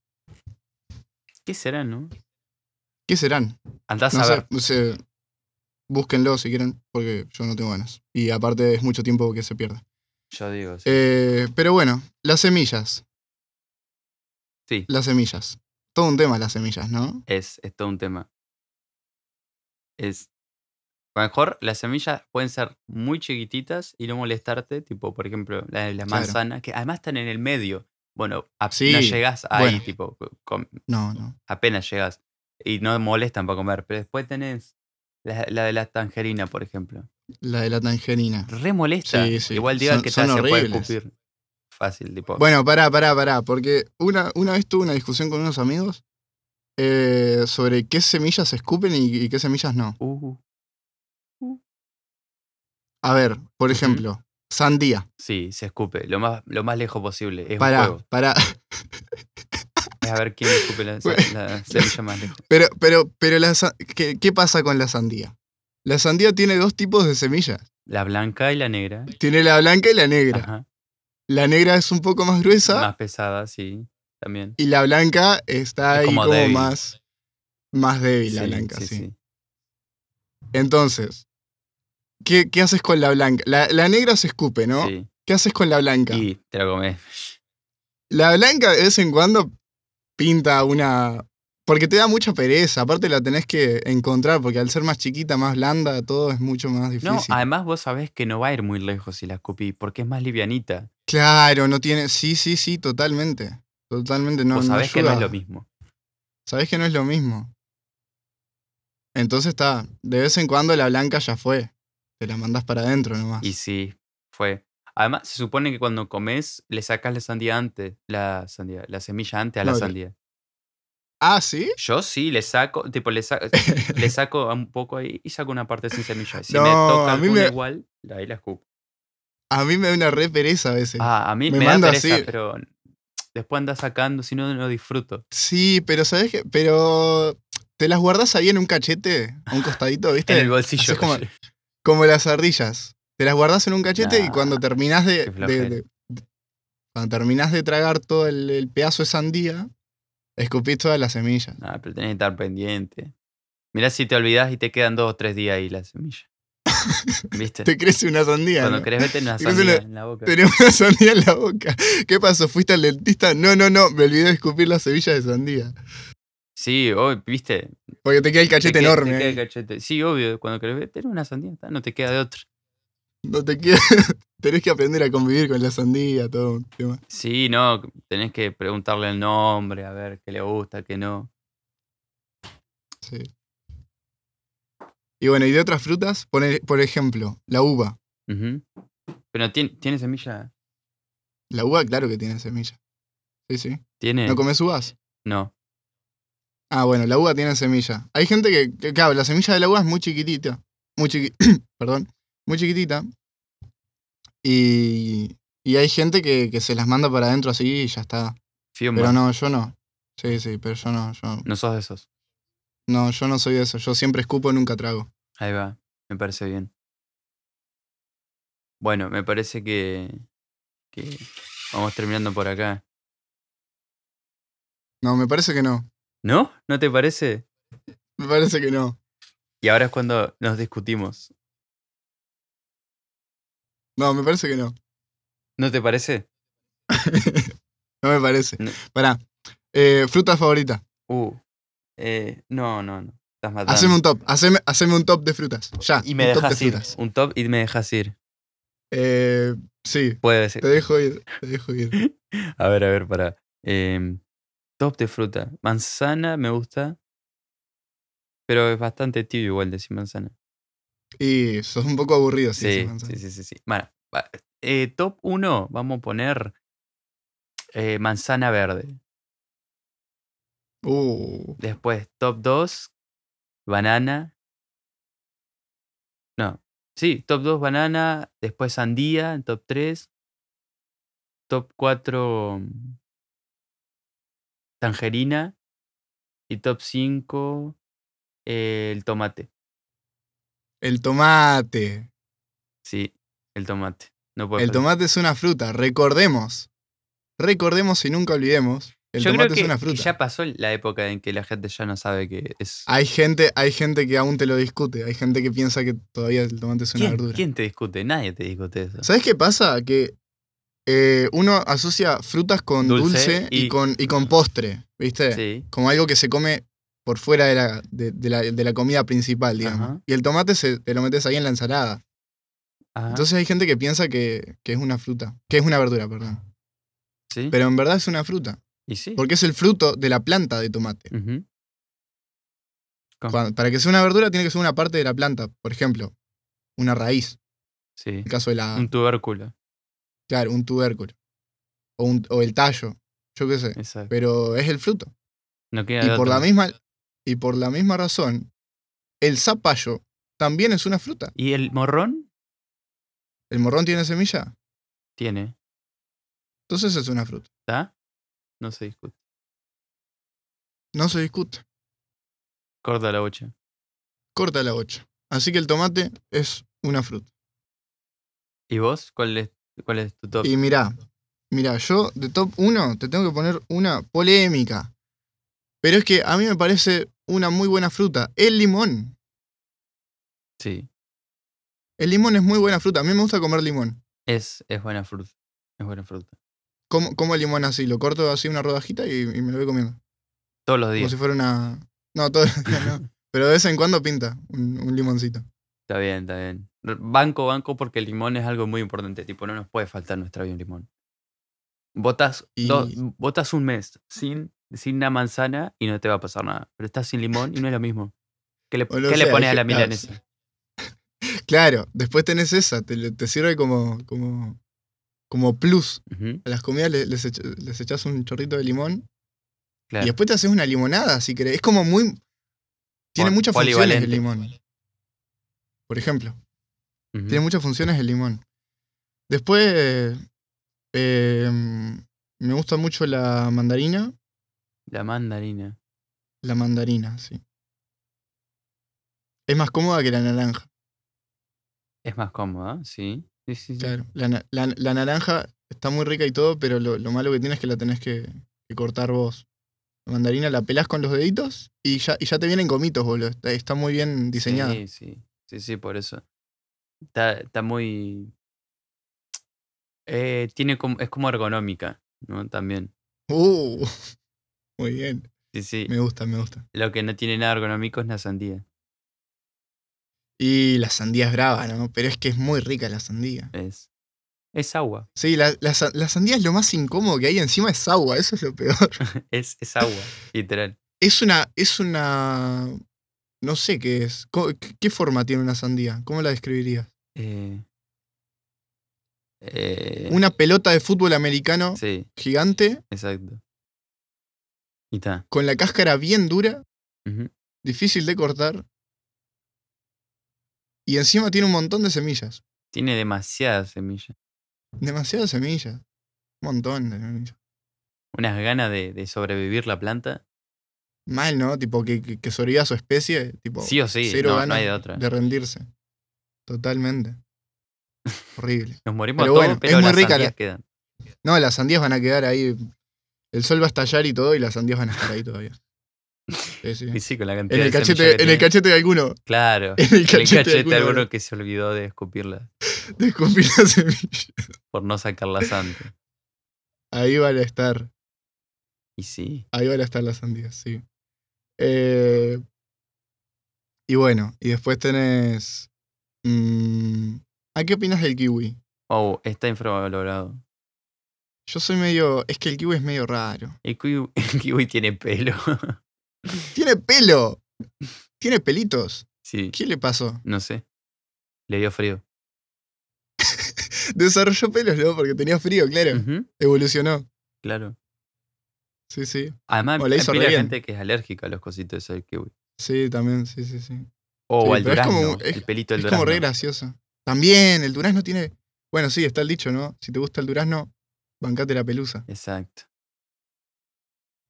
Speaker 2: ¿qué será, no?
Speaker 1: ¿Qué serán?
Speaker 2: Andás
Speaker 1: No
Speaker 2: a
Speaker 1: sé,
Speaker 2: ver.
Speaker 1: o sea, búsquenlo si quieren, porque yo no tengo ganas. Y aparte es mucho tiempo que se pierde.
Speaker 2: Yo digo, sí.
Speaker 1: Eh, pero bueno, las semillas,
Speaker 2: Sí,
Speaker 1: las semillas. Todo un tema las semillas, ¿no?
Speaker 2: es, es todo un tema. Es. A lo mejor las semillas pueden ser muy chiquititas y no molestarte, tipo, por ejemplo, la de las
Speaker 1: Claro.
Speaker 2: manzanas, que además están en el medio. Bueno, a-
Speaker 1: Sí,
Speaker 2: no llegás ahí,
Speaker 1: bueno.
Speaker 2: tipo, com-
Speaker 1: No, no.
Speaker 2: apenas llegas y no molestan para comer. Pero después tenés la, la de la tangerina, por ejemplo.
Speaker 1: La de la tangerina.
Speaker 2: Re molesta.
Speaker 1: Sí, sí,
Speaker 2: Igual digan
Speaker 1: son-
Speaker 2: que te
Speaker 1: son
Speaker 2: se puede
Speaker 1: horribles.
Speaker 2: escupir. Fácil, tipo.
Speaker 1: Bueno, pará, pará, pará, porque una, una vez tuve una discusión con unos amigos eh, sobre qué semillas se escupen y, y qué semillas no.
Speaker 2: uh,
Speaker 1: A ver, por ejemplo, sandía.
Speaker 2: sí, se escupe. Lo más, lo más lejos posible. Es un
Speaker 1: Pará,
Speaker 2: juego.
Speaker 1: pará.
Speaker 2: Es a ver quién escupe la, la semilla más lejos.
Speaker 1: Pero, pero, pero la sa- ¿qué, qué pasa con la sandía? La sandía tiene dos tipos de semillas.
Speaker 2: La blanca y la negra.
Speaker 1: Tiene la blanca y la negra.
Speaker 2: Ajá.
Speaker 1: La negra es un poco más gruesa
Speaker 2: Más pesada, sí. También.
Speaker 1: y la blanca está
Speaker 2: Es
Speaker 1: ahí
Speaker 2: como
Speaker 1: como,
Speaker 2: débil.
Speaker 1: más, más débil la
Speaker 2: Sí,
Speaker 1: blanca, sí.
Speaker 2: sí.
Speaker 1: Entonces, ¿qué, qué haces con la blanca? La, la negra se escupe, ¿no?
Speaker 2: Sí.
Speaker 1: ¿Qué haces con la blanca?
Speaker 2: Y te lo comes.
Speaker 1: La blanca de vez en cuando pinta una... Porque te da mucha pereza, aparte la tenés que encontrar, porque al ser más chiquita, más blanda, todo es mucho más difícil.
Speaker 2: No, además vos sabés que no va a ir muy lejos si la escupí, porque es más livianita.
Speaker 1: Claro, no tiene. Sí, sí, sí, totalmente. Totalmente no.
Speaker 2: vos sabés que no es
Speaker 1: ayuda.
Speaker 2: lo mismo.
Speaker 1: Sabés que no es lo mismo. Entonces está. De vez en cuando la blanca ya fue. Te la mandás para adentro nomás.
Speaker 2: Y sí, fue. Además, se supone que cuando comes, le sacas la sandía antes, la sandía, la semilla antes a la
Speaker 1: No, que-
Speaker 2: sandía.
Speaker 1: Ah, sí.
Speaker 2: Yo sí, le saco, tipo, le saco, le saco un poco ahí y saco una parte sin semilla. Si me
Speaker 1: No,
Speaker 2: toca
Speaker 1: a mí
Speaker 2: alguna
Speaker 1: me-
Speaker 2: igual, ahí la escupo.
Speaker 1: A mí me da una re pereza a veces.
Speaker 2: Ah, a mí
Speaker 1: Me
Speaker 2: me, da
Speaker 1: manda
Speaker 2: pereza,
Speaker 1: así.
Speaker 2: pero después andas sacando, si no, no disfruto.
Speaker 1: Sí, pero sabés que. Pero. Te las guardás ahí en un cachete, a un costadito, ¿viste?
Speaker 2: En el bolsillo.
Speaker 1: haces como- Como las ardillas. Te las guardás en un cachete y
Speaker 2: Nah,
Speaker 1: cuando terminás de,
Speaker 2: qué
Speaker 1: de-
Speaker 2: flojera.
Speaker 1: de- de- Cuando terminás de tragar todo el, el pedazo de sandía, escupís todas las semillas.
Speaker 2: Ah, pero tenés que estar pendiente. Mirá si te olvidás y te quedan dos o tres días ahí la semilla. ¿Viste?
Speaker 1: Te crece una sandía.
Speaker 2: Cuando
Speaker 1: ¿no?
Speaker 2: querés vete una
Speaker 1: Te crece
Speaker 2: sandía
Speaker 1: una-
Speaker 2: en la boca.
Speaker 1: Tenés una sandía en la boca. ¿Qué pasó? ¿Fuiste al dentista? No, no, no. Me olvidé de escupir las semillas de sandía.
Speaker 2: Sí, hoy, ¿viste? Te
Speaker 1: Porque te queda el cachete
Speaker 2: queda- te
Speaker 1: enorme. ¿eh?
Speaker 2: queda
Speaker 1: ahí.
Speaker 2: el cachete. Sí, obvio, cuando querés vete tenés una sandía, está, no te queda de otra.
Speaker 1: No te queda. Tenés que aprender a convivir con la sandía, todo un tema.
Speaker 2: Sí, no, tenés que preguntarle el nombre, a ver qué le gusta, qué no.
Speaker 1: Sí. Y bueno, ¿y de otras frutas? Por, por ejemplo, la uva.
Speaker 2: Ujú. Pero tiene, tiene semilla.
Speaker 1: La uva, claro que tiene semilla. Sí, sí.
Speaker 2: ¿Tiene?
Speaker 1: ¿No comes uvas?
Speaker 2: no.
Speaker 1: Ah, bueno, la uva tiene semilla. Hay gente que, que, claro, la semilla de la uva es muy chiquitita. Muy chiqui- Perdón. Muy chiquitita. Y, y hay gente que, que se las manda para adentro así y ya está.
Speaker 2: Fiumba.
Speaker 1: Pero
Speaker 2: no.
Speaker 1: no, yo no. Sí, sí, pero yo no. Yo,
Speaker 2: sos de esos.
Speaker 1: no, yo no soy de eso. Yo siempre escupo, nunca trago.
Speaker 2: Ahí va, me parece bien. Bueno, me parece que, que vamos terminando por acá.
Speaker 1: No, me parece que no.
Speaker 2: ¿No? ¿No te parece?
Speaker 1: Me parece que no.
Speaker 2: Y ahora es cuando nos discutimos.
Speaker 1: No, me parece que no.
Speaker 2: ¿No te parece?
Speaker 1: No me parece.
Speaker 2: No.
Speaker 1: Pará. Eh, fruta favorita.
Speaker 2: Uh. eh, no, no, no. Estás matando.
Speaker 1: Haceme un top. Haceme, haceme un top de frutas. Ya.
Speaker 2: y me
Speaker 1: Ah, un top
Speaker 2: dejas
Speaker 1: de
Speaker 2: ir.
Speaker 1: frutas.
Speaker 2: Un top y me dejas ir.
Speaker 1: Eh, sí,
Speaker 2: Puede ser.
Speaker 1: te dejo ir. Te dejo ir.
Speaker 2: A ver, a ver, para. top de fruta. Manzana me gusta. Pero es bastante tibio igual decir manzana.
Speaker 1: Y sos un poco aburrido, sí.
Speaker 2: Sí,
Speaker 1: sí, Manzana.
Speaker 2: sí, sí, sí, sí. Bueno, va- eh, top 1, vamos a poner eh, manzana verde.
Speaker 1: Uh,
Speaker 2: Después, top 2, banana. No, sí, top 2, banana. Después, sandía, en top 3. Top 4, tangerina. Y top 5, el tomate.
Speaker 1: el tomate.
Speaker 2: Sí, el tomate. No puede
Speaker 1: El
Speaker 2: faltar.
Speaker 1: tomate es una fruta, recordemos. Recordemos y nunca olvidemos. El
Speaker 2: Yo
Speaker 1: tomate
Speaker 2: creo que,
Speaker 1: es una
Speaker 2: que
Speaker 1: fruta. Ah,
Speaker 2: ya pasó la época en que la gente ya no sabe que es.
Speaker 1: Hay gente, hay gente que aún te lo discute, hay gente que piensa que todavía el tomate es una
Speaker 2: ¿Quién,
Speaker 1: verdura.
Speaker 2: quién te discute? Nadie te discute eso.
Speaker 1: ¿Sabes qué pasa? Que eh, uno asocia frutas con
Speaker 2: Dulce
Speaker 1: dulce,
Speaker 2: y-
Speaker 1: y, con, y con postre, ¿viste?
Speaker 2: Sí.
Speaker 1: Como algo que se come por fuera de la, de, de la, de la comida principal, digamos.
Speaker 2: Ajá.
Speaker 1: Y el tomate se, te lo metes ahí en la ensalada.
Speaker 2: Ajá,
Speaker 1: Entonces hay gente que piensa que, que es una fruta, que es una verdura, perdón.
Speaker 2: sí.
Speaker 1: Pero en verdad es una fruta,
Speaker 2: y sí.
Speaker 1: porque es el fruto de la planta de tomate.
Speaker 2: ujú. Con-
Speaker 1: Cuando- para que sea una verdura tiene que ser una parte de la planta, por ejemplo, una raíz,
Speaker 2: sí.
Speaker 1: en el caso de la,
Speaker 2: Un tubérculo.
Speaker 1: claro, un tubérculo, o, un- o el tallo, yo qué sé.
Speaker 2: Exacto.
Speaker 1: Pero es el fruto.
Speaker 2: No queda
Speaker 1: Y
Speaker 2: de
Speaker 1: por,
Speaker 2: otra.
Speaker 1: la misma, y por la misma razón, el zapallo también es una fruta.
Speaker 2: ¿Y el morrón?
Speaker 1: ¿El morrón tiene semilla?
Speaker 2: Tiene.
Speaker 1: Entonces es una fruta.
Speaker 2: ¿Está? No se discute.
Speaker 1: No se discute.
Speaker 2: Corta la bocha.
Speaker 1: Corta la bocha. Así que el tomate es una fruta.
Speaker 2: ¿Y vos? ¿Cuál es, cuál es tu top?
Speaker 1: Y mirá, mirá, yo de top 1 te tengo que poner una polémica. Pero es que a mí me parece una muy buena fruta, el limón.
Speaker 2: Sí,
Speaker 1: El limón es muy buena fruta, a mí me gusta comer limón.
Speaker 2: es, es buena fruta. Es buena fruta.
Speaker 1: Como, como el limón así, lo corto así una rodajita y, y me lo voy comiendo.
Speaker 2: Todos los
Speaker 1: Como
Speaker 2: días.
Speaker 1: si fuera una... No, todo... no. Pero de vez en cuando pinta un, un limoncito.
Speaker 2: Está bien, está bien. R- Banco, banco, porque el limón es algo muy importante. Tipo, no nos puede faltar en nuestra vida un limón. Botas, do-
Speaker 1: Y-
Speaker 2: botas un mes sin, sin una manzana y no te va a pasar nada. Pero estás sin limón y no es lo mismo. ¿Qué le,
Speaker 1: O lo
Speaker 2: qué le
Speaker 1: sea,
Speaker 2: pones a
Speaker 1: dije,
Speaker 2: la
Speaker 1: ah,
Speaker 2: milanesa?
Speaker 1: Claro, después tenés esa, te, le- te sirve como, como, como plus.
Speaker 2: Ujú,
Speaker 1: A las comidas le- les, echa- les echás un chorrito de limón y
Speaker 2: claro.
Speaker 1: después te haces una limonada, si querés. Es como muy... Tiene
Speaker 2: Pol-
Speaker 1: muchas funciones
Speaker 2: polivalente.
Speaker 1: el limón. Por ejemplo,
Speaker 2: Ujú.
Speaker 1: tiene muchas funciones el limón. Después, eh, me gusta mucho la mandarina.
Speaker 2: La mandarina.
Speaker 1: La mandarina, sí. Es más cómoda que la naranja.
Speaker 2: Es más cómoda, sí. Sí, sí, sí.
Speaker 1: Claro. La, na- la- la naranja está muy rica y todo, pero lo, lo malo que tiene es que la tenés que, que cortar vos. La mandarina la pelás con los deditos y ya, y ya te vienen gomitos, boludo. Está, está muy bien diseñada.
Speaker 2: Sí, sí, sí, sí, por eso. Está, está muy... Eh, tiene como, es como ergonómica, ¿no? También.
Speaker 1: Uh, muy bien.
Speaker 2: Sí, sí.
Speaker 1: Me gusta, me gusta.
Speaker 2: Lo que no tiene nada ergonómico es la sandía.
Speaker 1: Y la sandía es brava, ¿no? Pero es que es muy rica la sandía.
Speaker 2: Es, es agua.
Speaker 1: Sí, la, la sa- la sandía es lo más incómodo que hay. Encima es agua, eso es lo peor.
Speaker 2: Es, es agua, literal.
Speaker 1: Es una. Es una. No sé qué es. Co- ¿Qué, qué forma tiene una sandía? ¿Cómo la describirías?
Speaker 2: Eh, eh,
Speaker 1: Una pelota de fútbol americano
Speaker 2: Sí,
Speaker 1: gigante,
Speaker 2: exacto. Y está.
Speaker 1: con la cáscara bien dura,
Speaker 2: ujú,
Speaker 1: difícil de cortar. Y encima tiene un montón de semillas.
Speaker 2: Tiene demasiadas semillas.
Speaker 1: Demasiadas semillas. Un montón de semillas.
Speaker 2: Unas ganas de, de sobrevivir la planta.
Speaker 1: Mal, ¿no? Tipo, que, que, que sobreviva su especie. Tipo,
Speaker 2: Sí o sí,
Speaker 1: cero
Speaker 2: no, no
Speaker 1: ganas
Speaker 2: hay de otra.
Speaker 1: de rendirse. Totalmente. Horrible.
Speaker 2: Nos morimos
Speaker 1: Pero
Speaker 2: todos,
Speaker 1: bueno,
Speaker 2: pero
Speaker 1: es muy
Speaker 2: las
Speaker 1: rica la-
Speaker 2: sandías quedan.
Speaker 1: No, las sandías van a quedar ahí. El sol va a estallar y todo, y las sandías van a estar ahí todavía. Sí, sí.
Speaker 2: Y sí, con la cantidad
Speaker 1: En el
Speaker 2: de semillas
Speaker 1: cachete,
Speaker 2: que
Speaker 1: en el
Speaker 2: tiene.
Speaker 1: cachete de alguno.
Speaker 2: Claro.
Speaker 1: En el
Speaker 2: En el
Speaker 1: cachete de
Speaker 2: cachete
Speaker 1: alguno.
Speaker 2: alguno que se olvidó de escupirla
Speaker 1: de escupir la semilla.
Speaker 2: por no sacarlas antes.
Speaker 1: Ahí van a estar.
Speaker 2: Y sí,
Speaker 1: Ahí van a estar las sandías, sí. Eh, y bueno, y después tenés. mm, ¿A qué opinas del kiwi?
Speaker 2: oh, está infravalorado.
Speaker 1: Yo soy medio. Es que el kiwi es medio raro.
Speaker 2: El kiwi, el kiwi tiene pelo.
Speaker 1: ¡Tiene pelo! ¡Tiene pelitos!
Speaker 2: sí,
Speaker 1: ¿Qué le pasó?
Speaker 2: no sé. Le dio frío.
Speaker 1: Desarrolló pelos, ¿no? Porque tenía frío, claro.
Speaker 2: Ujú,
Speaker 1: Evolucionó.
Speaker 2: claro.
Speaker 1: Sí, sí.
Speaker 2: Además,
Speaker 1: O le
Speaker 2: hay
Speaker 1: hizo
Speaker 2: pila
Speaker 1: re
Speaker 2: de
Speaker 1: bien.
Speaker 2: gente que es alérgica a los cositos esos del kiwi.
Speaker 1: Sí, también, sí, sí, sí.
Speaker 2: O
Speaker 1: Sí,
Speaker 2: al
Speaker 1: pero es como-
Speaker 2: durazno,
Speaker 1: es-
Speaker 2: el pelito del
Speaker 1: es como re
Speaker 2: durazno.
Speaker 1: gracioso. También, el durazno tiene. Bueno, sí, está el dicho, ¿no? Si te gusta el durazno, bancate la pelusa.
Speaker 2: Exacto.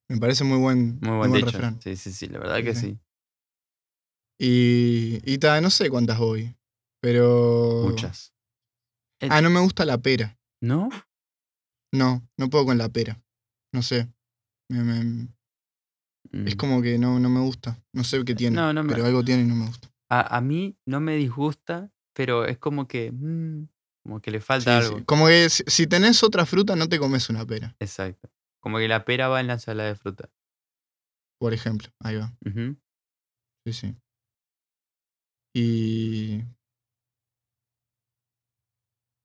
Speaker 1: Me parece muy buen,
Speaker 2: Muy
Speaker 1: muy
Speaker 2: buen
Speaker 1: buen
Speaker 2: dicho.
Speaker 1: refrán.
Speaker 2: Sí, sí, sí, la verdad
Speaker 1: Sí,
Speaker 2: que
Speaker 1: sí.
Speaker 2: sí.
Speaker 1: Y. Y ta, no sé cuántas voy. Pero.
Speaker 2: Muchas.
Speaker 1: Ah, no me gusta la pera.
Speaker 2: ¿No?
Speaker 1: No, no puedo con la pera. No sé. Me- me- Es
Speaker 2: Mm.
Speaker 1: como que no, no me gusta. No sé qué tiene.
Speaker 2: No, no me-
Speaker 1: Pero algo tiene y no me gusta.
Speaker 2: A, a mí no me disgusta, pero es como que. mm, como que le
Speaker 1: Sí,
Speaker 2: falta
Speaker 1: sí.
Speaker 2: algo.
Speaker 1: Como que si, si tenés otra fruta, no te comes una pera,
Speaker 2: Exacto. Como que la pera va en la ensalada de fruta.
Speaker 1: por ejemplo. Ahí va.
Speaker 2: Ujú.
Speaker 1: Sí, sí. Y.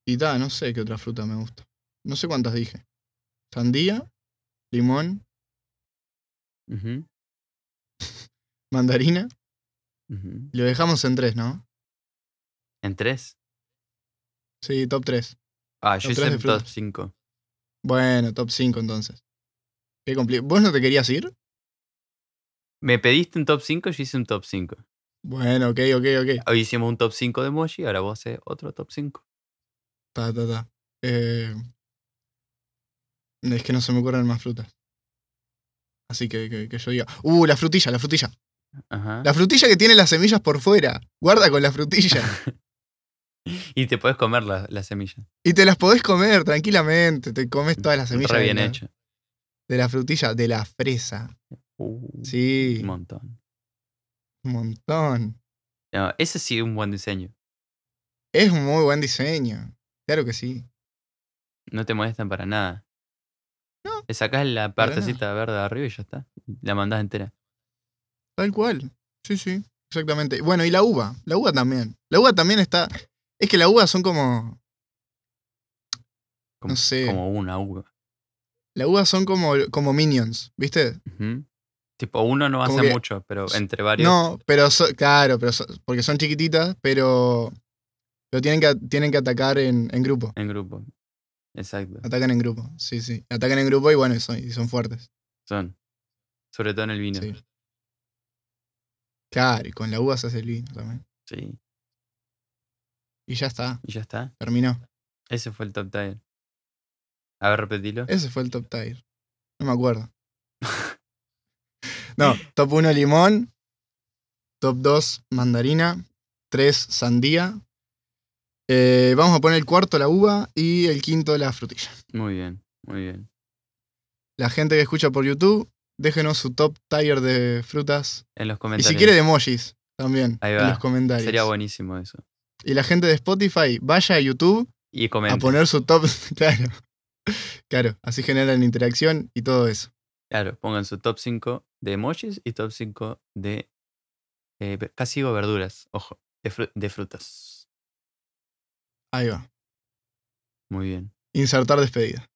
Speaker 1: Y da, no sé qué otra fruta me gusta. No sé cuántas dije. Sandía, limón,
Speaker 2: Ujú.
Speaker 1: mandarina.
Speaker 2: Ujú.
Speaker 1: Lo dejamos en tres, ¿no?
Speaker 2: ¿En tres?
Speaker 1: Sí, top tres.
Speaker 2: Ah, yo
Speaker 1: No,
Speaker 2: hice
Speaker 1: tres de
Speaker 2: en top
Speaker 1: fruta.
Speaker 2: 5.
Speaker 1: Bueno, top cinco entonces. Qué compli- ¿Vos no te querías ir?
Speaker 2: Me pediste un top 5, yo hice un top 5.
Speaker 1: Bueno, ok, ok, ok.
Speaker 2: Hoy hicimos un top 5 de emoji, ahora vos haces otro top 5.
Speaker 1: Ta, ta, ta. Eh, es que no se me ocurren más frutas. Así que, que- que yo diga. Uh, la frutilla, la frutilla.
Speaker 2: Ajá.
Speaker 1: La frutilla que tiene las semillas por fuera. Guarda con la frutilla.
Speaker 2: Y te puedes comer la, la semilla.
Speaker 1: Y te las podés comer tranquilamente. Te comes todas las semillas.
Speaker 2: Re
Speaker 1: de
Speaker 2: bien
Speaker 1: la-
Speaker 2: hecho.
Speaker 1: De la frutilla, de la fresa.
Speaker 2: Uh,
Speaker 1: Sí,
Speaker 2: Un montón.
Speaker 1: un montón.
Speaker 2: No, ese sí es un buen diseño.
Speaker 1: Es un muy buen diseño. Claro que sí.
Speaker 2: No te molestan para nada.
Speaker 1: No,
Speaker 2: Le sacás la
Speaker 1: para nada.
Speaker 2: partecita verde de arriba y ya está. La mandás entera.
Speaker 1: Tal cual. Sí, sí. Exactamente. Bueno, y la uva. La uva también. La uva también está. Es que la uva son como.
Speaker 2: Como,
Speaker 1: No sé.
Speaker 2: como una uva.
Speaker 1: La uva son como, como minions, ¿viste?
Speaker 2: Ujú. Tipo, uno no
Speaker 1: Como
Speaker 2: hace
Speaker 1: que-
Speaker 2: mucho, pero entre varios.
Speaker 1: No, pero so- claro, pero so- porque son chiquititas, pero lo tienen que, tienen que atacar en, en grupo.
Speaker 2: En grupo. Exacto.
Speaker 1: Atacan en grupo, sí, sí. Atacan en grupo y bueno, y son, y son fuertes.
Speaker 2: Son. Sobre todo en el vino.
Speaker 1: Sí.
Speaker 2: Sí.
Speaker 1: Claro, y con la uva se hace el vino también. Y ya está,
Speaker 2: Y ya está.
Speaker 1: terminó.
Speaker 2: Ese fue el top tier. A ver, repetilo.
Speaker 1: Ese fue el top tier. No me acuerdo. No, top 1 limón, top 2 mandarina, 3 sandía. Eh, vamos a poner el cuarto la uva y el quinto la frutilla.
Speaker 2: Muy bien, muy bien.
Speaker 1: la gente que escucha por YouTube, déjenos su top tier de frutas.
Speaker 2: En los
Speaker 1: Y
Speaker 2: comentarios.
Speaker 1: si quiere de emojis también
Speaker 2: Ahí
Speaker 1: en
Speaker 2: va.
Speaker 1: los comentarios.
Speaker 2: Sería buenísimo eso.
Speaker 1: Y la gente de Spotify, vaya a YouTube
Speaker 2: Y
Speaker 1: a
Speaker 2: comenta.
Speaker 1: poner su top. claro. Claro, así generan interacción y todo eso.
Speaker 2: Claro, pongan su top 5 de emojis y top 5 de. eh, ve- casi digo verduras, ojo, de, fru- de frutas.
Speaker 1: Ahí va.
Speaker 2: Muy bien.
Speaker 1: Insertar despedida.